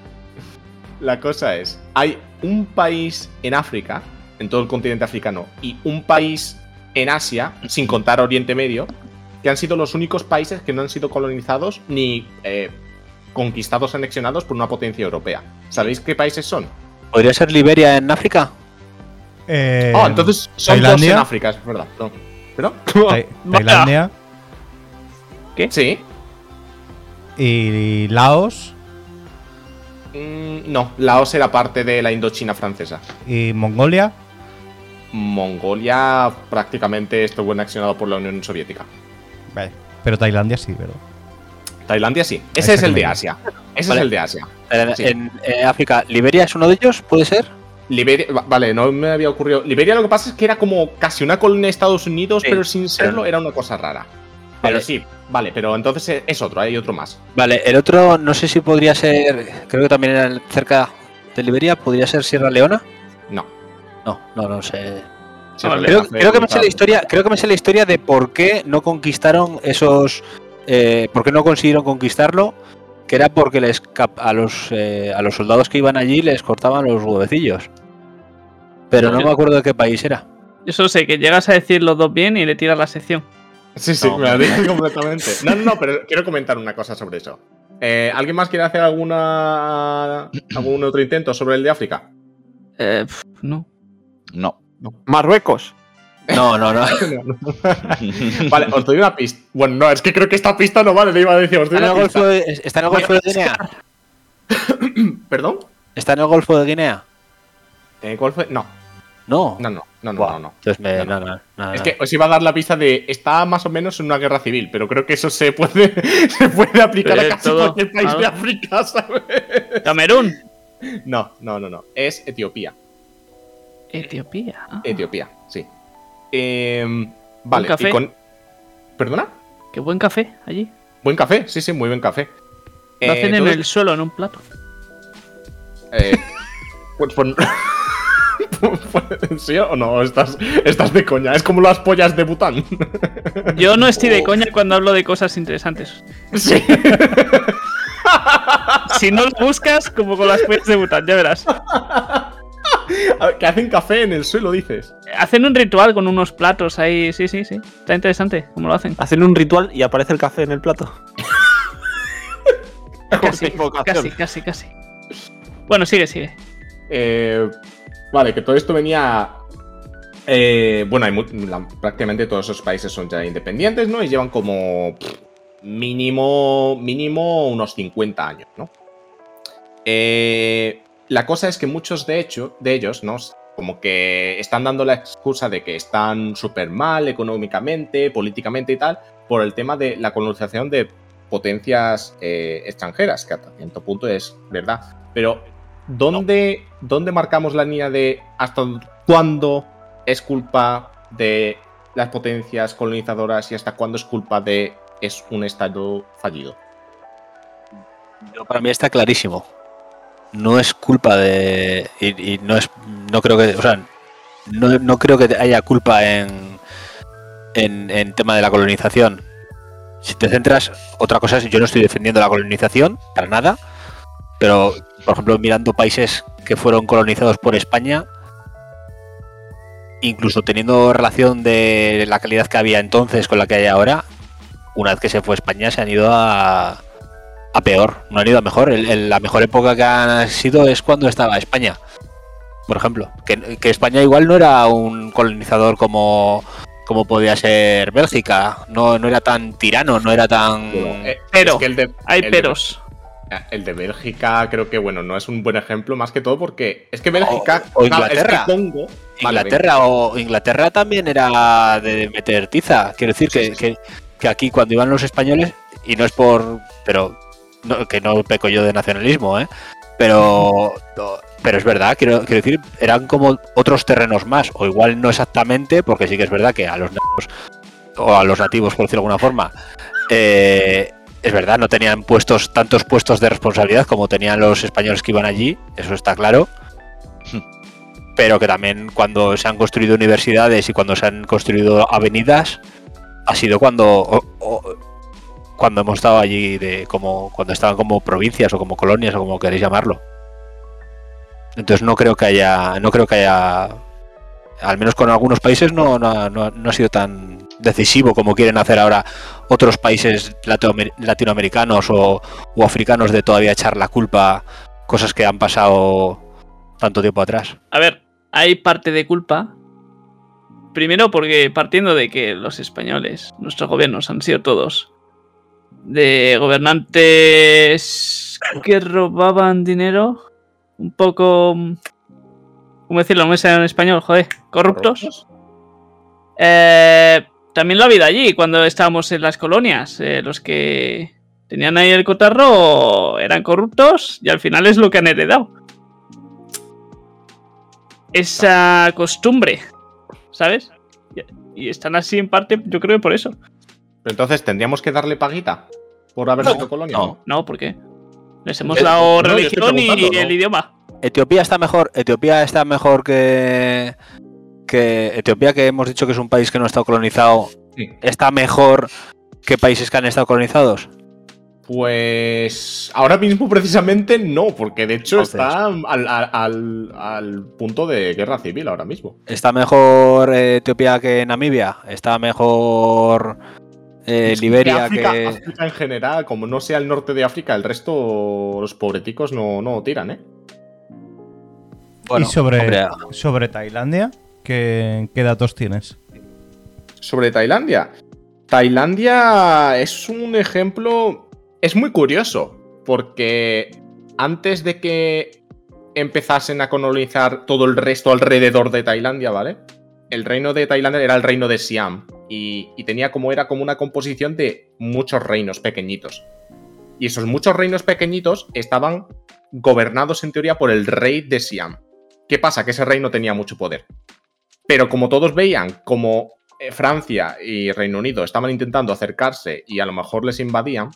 [SPEAKER 1] La cosa es, hay un país en África, en todo el continente africano, y un país en Asia, sin contar Oriente Medio, que han sido los únicos países que no han sido colonizados ni eh, conquistados, anexionados por una potencia europea. ¿Sabéis qué países son?
[SPEAKER 4] ¿Podría ser Liberia en África?
[SPEAKER 9] Eh,
[SPEAKER 1] Ah, entonces son dos
[SPEAKER 9] ¿Tailandia?
[SPEAKER 1] en África, es verdad. No. ¿Pero?
[SPEAKER 9] Tai- Tailandia
[SPEAKER 1] Sí.
[SPEAKER 9] y Laos
[SPEAKER 1] Mm, no, Laos era parte de la Indochina francesa.
[SPEAKER 9] y Mongolia.
[SPEAKER 1] Mongolia prácticamente estuvo anexionado por la Unión Soviética.
[SPEAKER 9] Vale, Pero Tailandia sí, ¿verdad?
[SPEAKER 1] Tailandia sí.
[SPEAKER 9] Ese
[SPEAKER 1] Ese es el
[SPEAKER 9] que
[SPEAKER 1] de
[SPEAKER 9] me-
[SPEAKER 1] Asia. Ese
[SPEAKER 4] Vale.
[SPEAKER 1] es el de Asia.
[SPEAKER 4] En,
[SPEAKER 1] Sí.
[SPEAKER 4] en, eh, África, ¿Liberia es uno de ellos? ¿Puede ser?
[SPEAKER 1] Liberia, va- vale, no me había ocurrido. Liberia lo que pasa es que era como casi una colonia de Estados Unidos,
[SPEAKER 4] Sí,
[SPEAKER 1] pero sin serlo
[SPEAKER 4] pero-
[SPEAKER 1] era una cosa rara.
[SPEAKER 4] Vale.
[SPEAKER 1] Pero sí, vale, pero entonces eh, es otro, hay otro más.
[SPEAKER 4] Vale, el otro no sé si podría ser, creo que también era cerca de Liberia, podría ser Sierra Leona.
[SPEAKER 1] No.
[SPEAKER 4] No, no, no sé.
[SPEAKER 1] Sí,
[SPEAKER 2] Vale.
[SPEAKER 1] vale,
[SPEAKER 4] Creo,
[SPEAKER 1] hace
[SPEAKER 4] creo que me
[SPEAKER 1] un
[SPEAKER 4] sé la
[SPEAKER 1] rato.
[SPEAKER 4] historia, creo que me sé la historia de por qué no conquistaron esos, eh, por qué no consiguieron conquistarlo, que era porque les cap- a los eh, a los soldados que iban allí les cortaban los huevecillos. Pero no me acuerdo de qué país era.
[SPEAKER 2] Yo solo sé que llegas a decir los dos bien y le tiras la sección.
[SPEAKER 1] Sí, sí,
[SPEAKER 4] No.
[SPEAKER 1] me la dije completamente. No, no, no, pero quiero comentar una cosa sobre eso. Eh, ¿Alguien más quiere hacer alguna algún otro intento sobre el de África?
[SPEAKER 2] Eh, pf, no.
[SPEAKER 5] No.
[SPEAKER 8] Marruecos.
[SPEAKER 4] No, no, no.
[SPEAKER 1] Vale, os doy una pista. Bueno, no, es que creo que esta pista no vale, le iba a decir, os doy
[SPEAKER 4] ¿Está en el
[SPEAKER 1] una
[SPEAKER 4] Golfo
[SPEAKER 1] pista.
[SPEAKER 4] de, está en el Golfo de Guinea?
[SPEAKER 1] ¿Perdón?
[SPEAKER 4] ¿Está en el Golfo de Guinea?
[SPEAKER 1] Eh, ¿Cuál fue? No,
[SPEAKER 4] No.
[SPEAKER 1] no, no, no, no,
[SPEAKER 4] Buah,
[SPEAKER 1] no, no.
[SPEAKER 4] Entonces me-
[SPEAKER 1] No, no.
[SPEAKER 4] no, no, no,
[SPEAKER 1] Es
[SPEAKER 2] Ah.
[SPEAKER 4] no.
[SPEAKER 1] que os iba a dar la pista de está más o menos en una guerra civil, pero creo que eso se puede, se puede aplicar
[SPEAKER 2] Eh,
[SPEAKER 1] a casi
[SPEAKER 2] todo,
[SPEAKER 1] cualquier país
[SPEAKER 2] claro.
[SPEAKER 1] de África, ¿sabes?
[SPEAKER 2] Camerún.
[SPEAKER 1] No, no, no, no. Es Etiopía.
[SPEAKER 2] Etiopía. Ah,
[SPEAKER 1] Etiopía, sí. Em, vale,
[SPEAKER 2] café?
[SPEAKER 1] y con. ¿Perdona?
[SPEAKER 2] Qué buen café allí.
[SPEAKER 1] Buen café, sí, sí, muy buen café.
[SPEAKER 2] Lo hacen
[SPEAKER 1] Eh,
[SPEAKER 2] en
[SPEAKER 1] todo-
[SPEAKER 2] el suelo, en un plato.
[SPEAKER 1] eh, pues, pues- ¿En serio o no? Estás, estás de coña. Es como las pollas de Bután.
[SPEAKER 2] Yo no
[SPEAKER 1] Oh.
[SPEAKER 2] estoy de coña cuando hablo de cosas interesantes.
[SPEAKER 1] Sí.
[SPEAKER 2] Si no lo buscas, como con las pollas de Bután, ya verás.
[SPEAKER 1] A ver, Que hacen café en el suelo, dices.
[SPEAKER 2] Hacen un ritual con unos platos ahí, sí, sí, sí. Está interesante cómo lo hacen.
[SPEAKER 8] Hacen un ritual y aparece el café en el plato.
[SPEAKER 2] Casi,
[SPEAKER 4] invocación.
[SPEAKER 2] casi, casi, casi. Bueno, sigue, sigue.
[SPEAKER 1] Eh, vale, que todo esto venía. eh, bueno, hay mu- la- prácticamente todos esos países son ya independientes, ¿no? Y llevan como pff, mínimo, mínimo unos 50 años, ¿no? Eh, la cosa es que muchos de hecho de ellos, ¿no? Como que están dando la excusa de que están súper mal económicamente, políticamente y tal, por el tema de la colonización de potencias eh, extranjeras, que hasta cierto punto es verdad. Pero ¿dónde, ¿dónde marcamos la línea de hasta cuándo es culpa de las potencias colonizadoras y hasta cuándo es culpa de es un estado fallido?
[SPEAKER 4] Yo, para mí está clarísimo. No es culpa de. Y, y no es. No creo que. O sea, no, no creo que haya culpa en, en. en tema de la colonización. Si te centras, otra cosa es, yo no estoy defendiendo la colonización, para nada. Pero, por ejemplo, mirando países que fueron colonizados por España, incluso teniendo relación de la calidad que había entonces con la que hay ahora, una vez que se fue España se han ido a, a peor, no han ido a mejor. El- el- la mejor época que han sido es cuando estaba España, por ejemplo. Que, que España igual no era un colonizador como, como podía ser Bélgica. No, no era tan tirano, no era tan...
[SPEAKER 1] Eh,
[SPEAKER 2] pero,
[SPEAKER 1] es que el de-
[SPEAKER 2] Hay
[SPEAKER 1] el de-
[SPEAKER 2] peros.
[SPEAKER 1] el de Bélgica creo que, bueno, no es un buen ejemplo, más que todo porque es que Bélgica...
[SPEAKER 4] Oh, O- o
[SPEAKER 1] claro, es que
[SPEAKER 4] Inglaterra.
[SPEAKER 1] Congo- Vale,
[SPEAKER 4] Inglaterra o Inglaterra también era de meter tiza. Quiero decir que, que- que aquí cuando iban los españoles, y no es por. pero no- que no peco yo de nacionalismo, ¿eh? Pero, no, pero es verdad, quiero, quiero decir, eran como otros terrenos más, o igual no exactamente, porque sí que es verdad que a los nativos, o a los nativos, por decirlo de alguna forma, eh, es verdad, no tenían puestos tantos puestos de responsabilidad como tenían los españoles que iban allí, eso está claro. Pero que también cuando se han construido universidades y cuando se han construido avenidas, ha sido cuando o- o- cuando hemos estado allí de como cuando estaban como provincias o como colonias o como queréis llamarlo. Entonces no creo que haya no creo que haya al menos con algunos países no no, ha- no ha- no ha sido tan decisivo como quieren hacer ahora otros países latoamer- latinoamericanos o, o africanos de todavía echar la culpa cosas que han pasado tanto tiempo atrás.
[SPEAKER 2] A ver, hay parte de culpa. Primero porque partiendo de que los españoles, nuestros gobiernos han sido todos de gobernantes que robaban dinero, un poco... mm, ¿Cómo decirlo? No me sale en español, joder, corruptos. Eh, también lo ha habido allí, cuando estábamos en las colonias. Eh, los que tenían ahí el cotarro eran corruptos y al final es lo que han heredado. Esa costumbre, ¿sabes? Y- Y están así en parte, yo creo, por eso.
[SPEAKER 1] Pero entonces tendríamos que darle paguita por haber sido colonia.
[SPEAKER 4] no.
[SPEAKER 1] ¿no?
[SPEAKER 2] No, ¿por qué? Les hemos
[SPEAKER 4] Eh,
[SPEAKER 2] dado
[SPEAKER 1] no, yo estoy
[SPEAKER 2] religión y
[SPEAKER 1] preguntando,
[SPEAKER 2] el
[SPEAKER 1] ¿no?
[SPEAKER 2] idioma.
[SPEAKER 4] Etiopía está mejor, Etiopía está mejor que que Etiopía que hemos dicho que es un país que no ha estado colonizado.
[SPEAKER 1] Sí.
[SPEAKER 4] Está mejor que países que han estado colonizados.
[SPEAKER 1] Pues ahora mismo precisamente no, porque de hecho
[SPEAKER 4] Entonces.
[SPEAKER 1] está al, al- al- al punto de guerra civil ahora mismo.
[SPEAKER 4] Está mejor eh, Etiopía que Namibia, está mejor eh,
[SPEAKER 1] Sí,
[SPEAKER 4] Liberia
[SPEAKER 1] África,
[SPEAKER 4] que
[SPEAKER 1] África en general, como no sea el norte de África, el resto, los pobreticos no, no tiran, ¿eh?
[SPEAKER 4] bueno,
[SPEAKER 9] ¿Y sobre,
[SPEAKER 4] hombre,
[SPEAKER 9] sobre Tailandia? ¿qué, qué datos tienes?
[SPEAKER 1] sobre Tailandia. Tailandia es un ejemplo, es muy curioso, porque antes de que empezasen a colonizar todo el resto alrededor de Tailandia, ¿vale? El reino de Tailandia era el reino de Siam y, y tenía como era como una composición de muchos reinos pequeñitos. Y esos muchos reinos pequeñitos estaban gobernados en teoría por el rey de Siam. ¿Qué pasa? Que ese reino tenía mucho poder. Pero como todos veían, como eh, Francia y Reino Unido estaban intentando acercarse y a lo mejor les invadían,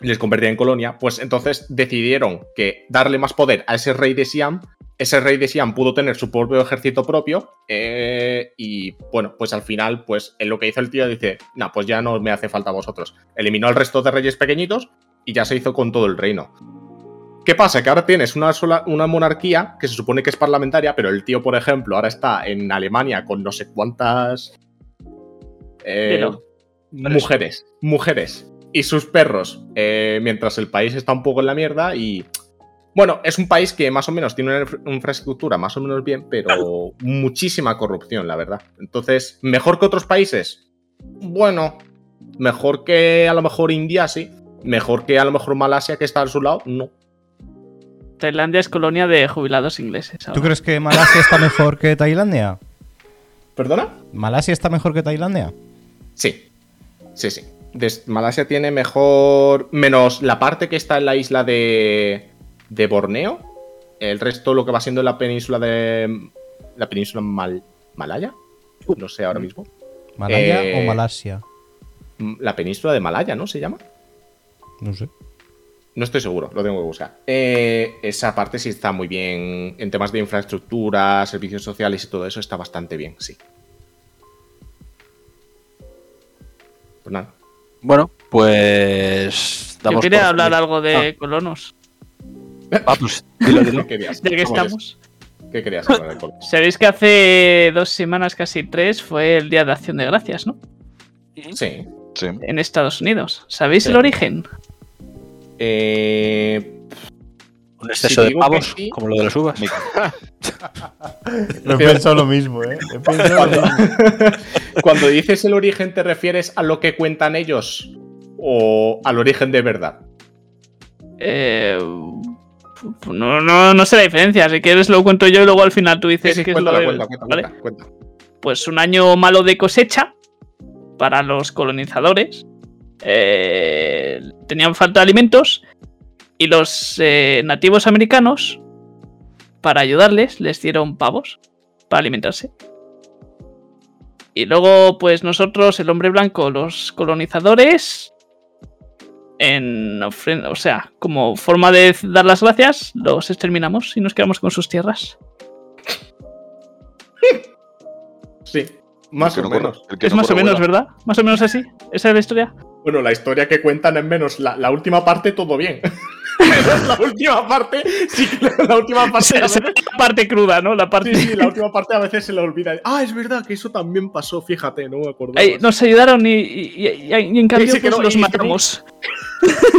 [SPEAKER 1] les convertían en colonia, pues entonces decidieron que darle más poder a ese rey de Siam ese rey de Xi'an pudo tener su propio ejército propio eh, y bueno, pues al final, pues en lo que hizo el tío dice, no, pues ya no me hace falta vosotros. Eliminó al resto de reyes pequeñitos y ya se hizo con todo el reino. ¿Qué pasa? Que ahora tienes una sola una monarquía que se supone que es parlamentaria, pero el tío, por ejemplo, ahora está en Alemania con no sé cuántas eh,
[SPEAKER 2] Pero-
[SPEAKER 1] mujeres, mujeres y sus perros, eh, mientras el país está un poco en la mierda y bueno, es un país que más o menos tiene una infra- infraestructura más o menos bien, pero muchísima corrupción, la verdad. Entonces, mejor que otros países. Bueno, mejor que a lo mejor India, sí. Mejor que a lo mejor Malasia, que está a su lado, no.
[SPEAKER 2] Tailandia es colonia de jubilados ingleses. ahora.
[SPEAKER 1] Ah.
[SPEAKER 9] ¿Tú crees que Malasia está mejor que Tailandia?
[SPEAKER 1] ¿Perdona?
[SPEAKER 9] ¿Malasia está mejor que Tailandia?
[SPEAKER 1] Sí. Sí, sí. Des- Malasia tiene mejor. Menos la parte que está en la isla de. de Borneo. El resto, lo que va siendo la península de. La península Mal- Malaya. No sé ahora mismo.
[SPEAKER 9] ¿Malaya
[SPEAKER 1] Eh,
[SPEAKER 9] o Malasia?
[SPEAKER 1] M- La península de Malaya, ¿no? Se llama.
[SPEAKER 9] No sé.
[SPEAKER 1] No estoy seguro, lo tengo que buscar. Eh, esa parte sí está muy bien. En temas de infraestructura, servicios sociales y todo eso está bastante bien, sí. Pues nada.
[SPEAKER 4] Bueno, pues.
[SPEAKER 2] Yo
[SPEAKER 4] damos
[SPEAKER 2] quería
[SPEAKER 4] por-
[SPEAKER 2] hablar algo de colonos.
[SPEAKER 4] Ah, pues, dilo, dilo.
[SPEAKER 1] ¿Qué querías?
[SPEAKER 2] ¿De qué
[SPEAKER 1] ¿Cómo es?
[SPEAKER 2] estamos?
[SPEAKER 1] ¿Qué querías hablar del colo?
[SPEAKER 2] Sabéis que hace dos semanas, casi tres, fue el Día de Acción de Gracias, ¿no?
[SPEAKER 1] Sí.
[SPEAKER 5] Sí.
[SPEAKER 2] En Estados Unidos. ¿Sabéis
[SPEAKER 1] Sí.
[SPEAKER 2] el origen?
[SPEAKER 1] Eh,
[SPEAKER 4] Un exceso
[SPEAKER 1] Si
[SPEAKER 4] de
[SPEAKER 1] digo que
[SPEAKER 4] pavos,
[SPEAKER 1] Pues sí-
[SPEAKER 4] como lo de las uvas.
[SPEAKER 9] Lo he
[SPEAKER 1] Pero-
[SPEAKER 9] pensado lo mismo, ¿eh? He pensado lo mismo.
[SPEAKER 1] cuando dices el origen, ¿te refieres a lo que cuentan ellos o al origen de verdad?
[SPEAKER 2] Eh, no, no, no sé la diferencia. Si quieres lo cuento yo y luego al final tú dices
[SPEAKER 1] Sí, sí,
[SPEAKER 2] que es lo
[SPEAKER 1] cuéntala,
[SPEAKER 2] de-
[SPEAKER 1] cuenta, cuenta,
[SPEAKER 2] ¿vale?
[SPEAKER 1] cuenta, cuenta.
[SPEAKER 2] pues un año malo de cosecha para los colonizadores. Eh, tenían falta de alimentos y los eh, nativos americanos, para ayudarles, les dieron pavos para alimentarse. Y luego, pues nosotros, el hombre blanco, los colonizadores, en ofrenda, o sea, como forma de dar las gracias, los exterminamos y nos quedamos con sus tierras.
[SPEAKER 1] Sí, más
[SPEAKER 5] El que
[SPEAKER 1] o
[SPEAKER 5] no corra-
[SPEAKER 1] menos.
[SPEAKER 5] el que
[SPEAKER 2] Es
[SPEAKER 5] no
[SPEAKER 2] más o
[SPEAKER 5] corra
[SPEAKER 2] menos,
[SPEAKER 5] vuela.
[SPEAKER 2] ¿verdad? Más o menos así. Esa es la historia.
[SPEAKER 1] Bueno, la historia que cuentan es menos. La, la última parte, todo bien. Pero la última parte, sí que la, la última
[SPEAKER 2] O
[SPEAKER 1] parte.
[SPEAKER 2] sea,
[SPEAKER 1] a
[SPEAKER 2] esa
[SPEAKER 1] veces-
[SPEAKER 2] es la parte cruda, ¿no? La parte.
[SPEAKER 1] Sí, sí, la última parte a veces se la olvida. Ah, es verdad que eso también pasó, fíjate, no me acuerdo.
[SPEAKER 2] Ay, nos ayudaron y, y- y- y en cambio
[SPEAKER 1] Sí, sí, que
[SPEAKER 2] pues,
[SPEAKER 1] no,
[SPEAKER 2] los
[SPEAKER 1] y-
[SPEAKER 2] matamos.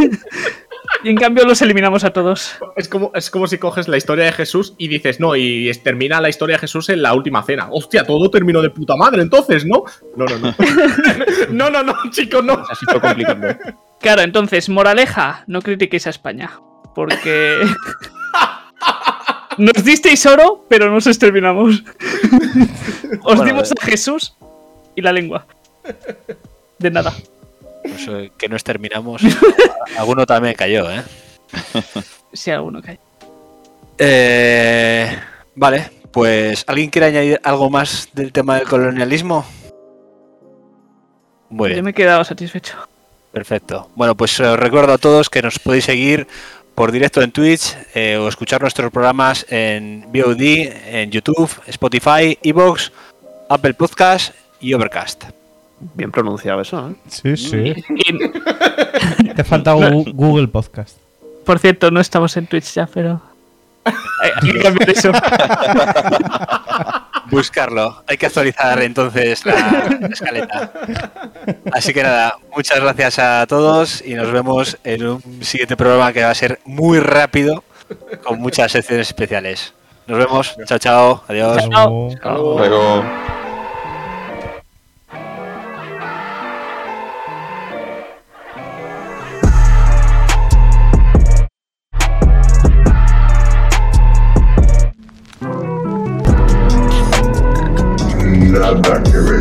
[SPEAKER 2] y en cambio los eliminamos a todos.
[SPEAKER 1] Es como, es como si coges la historia de Jesús y dices, no, y es- termina la historia de Jesús en la última cena. Hostia, todo terminó de puta madre entonces, ¿no? No, no, no. no, no, no, chicos, no.
[SPEAKER 4] Así fue complicando.
[SPEAKER 2] Claro, entonces, moraleja, no critiquéis a España. Porque. Nos disteis oro, pero nos exterminamos. Os
[SPEAKER 4] Bueno,
[SPEAKER 2] dimos
[SPEAKER 4] eh.
[SPEAKER 2] a Jesús y la lengua. De nada.
[SPEAKER 4] Pues, eh, que nos terminamos. Alguno también cayó, ¿eh?
[SPEAKER 2] Si alguno cae.
[SPEAKER 4] Eh, Vale, pues ¿alguien quiere añadir algo más del tema del colonialismo? Muy
[SPEAKER 2] Yo
[SPEAKER 4] bien,
[SPEAKER 2] me he quedado satisfecho.
[SPEAKER 4] perfecto. Bueno, pues eh, os recuerdo a todos que nos podéis seguir por directo en Twitch eh, o escuchar nuestros programas en VOD, en YouTube, Spotify, Evox, Apple Podcast y Overcast.
[SPEAKER 8] Bien pronunciado eso, ¿eh?
[SPEAKER 9] Sí, sí.
[SPEAKER 2] Y-
[SPEAKER 9] Te falta Gu- Google Podcast.
[SPEAKER 2] Por cierto, no estamos en Twitch ya, pero. Hay Eh, hay que cambiar eso.
[SPEAKER 4] Buscarlo. Hay que actualizar entonces la escaleta. Así que nada, muchas gracias a todos y nos vemos en un siguiente programa que va a ser muy rápido con muchas secciones especiales. Nos vemos. Chao, chao. Adiós.
[SPEAKER 2] Chao.
[SPEAKER 5] Pero.
[SPEAKER 3] Nada que ver.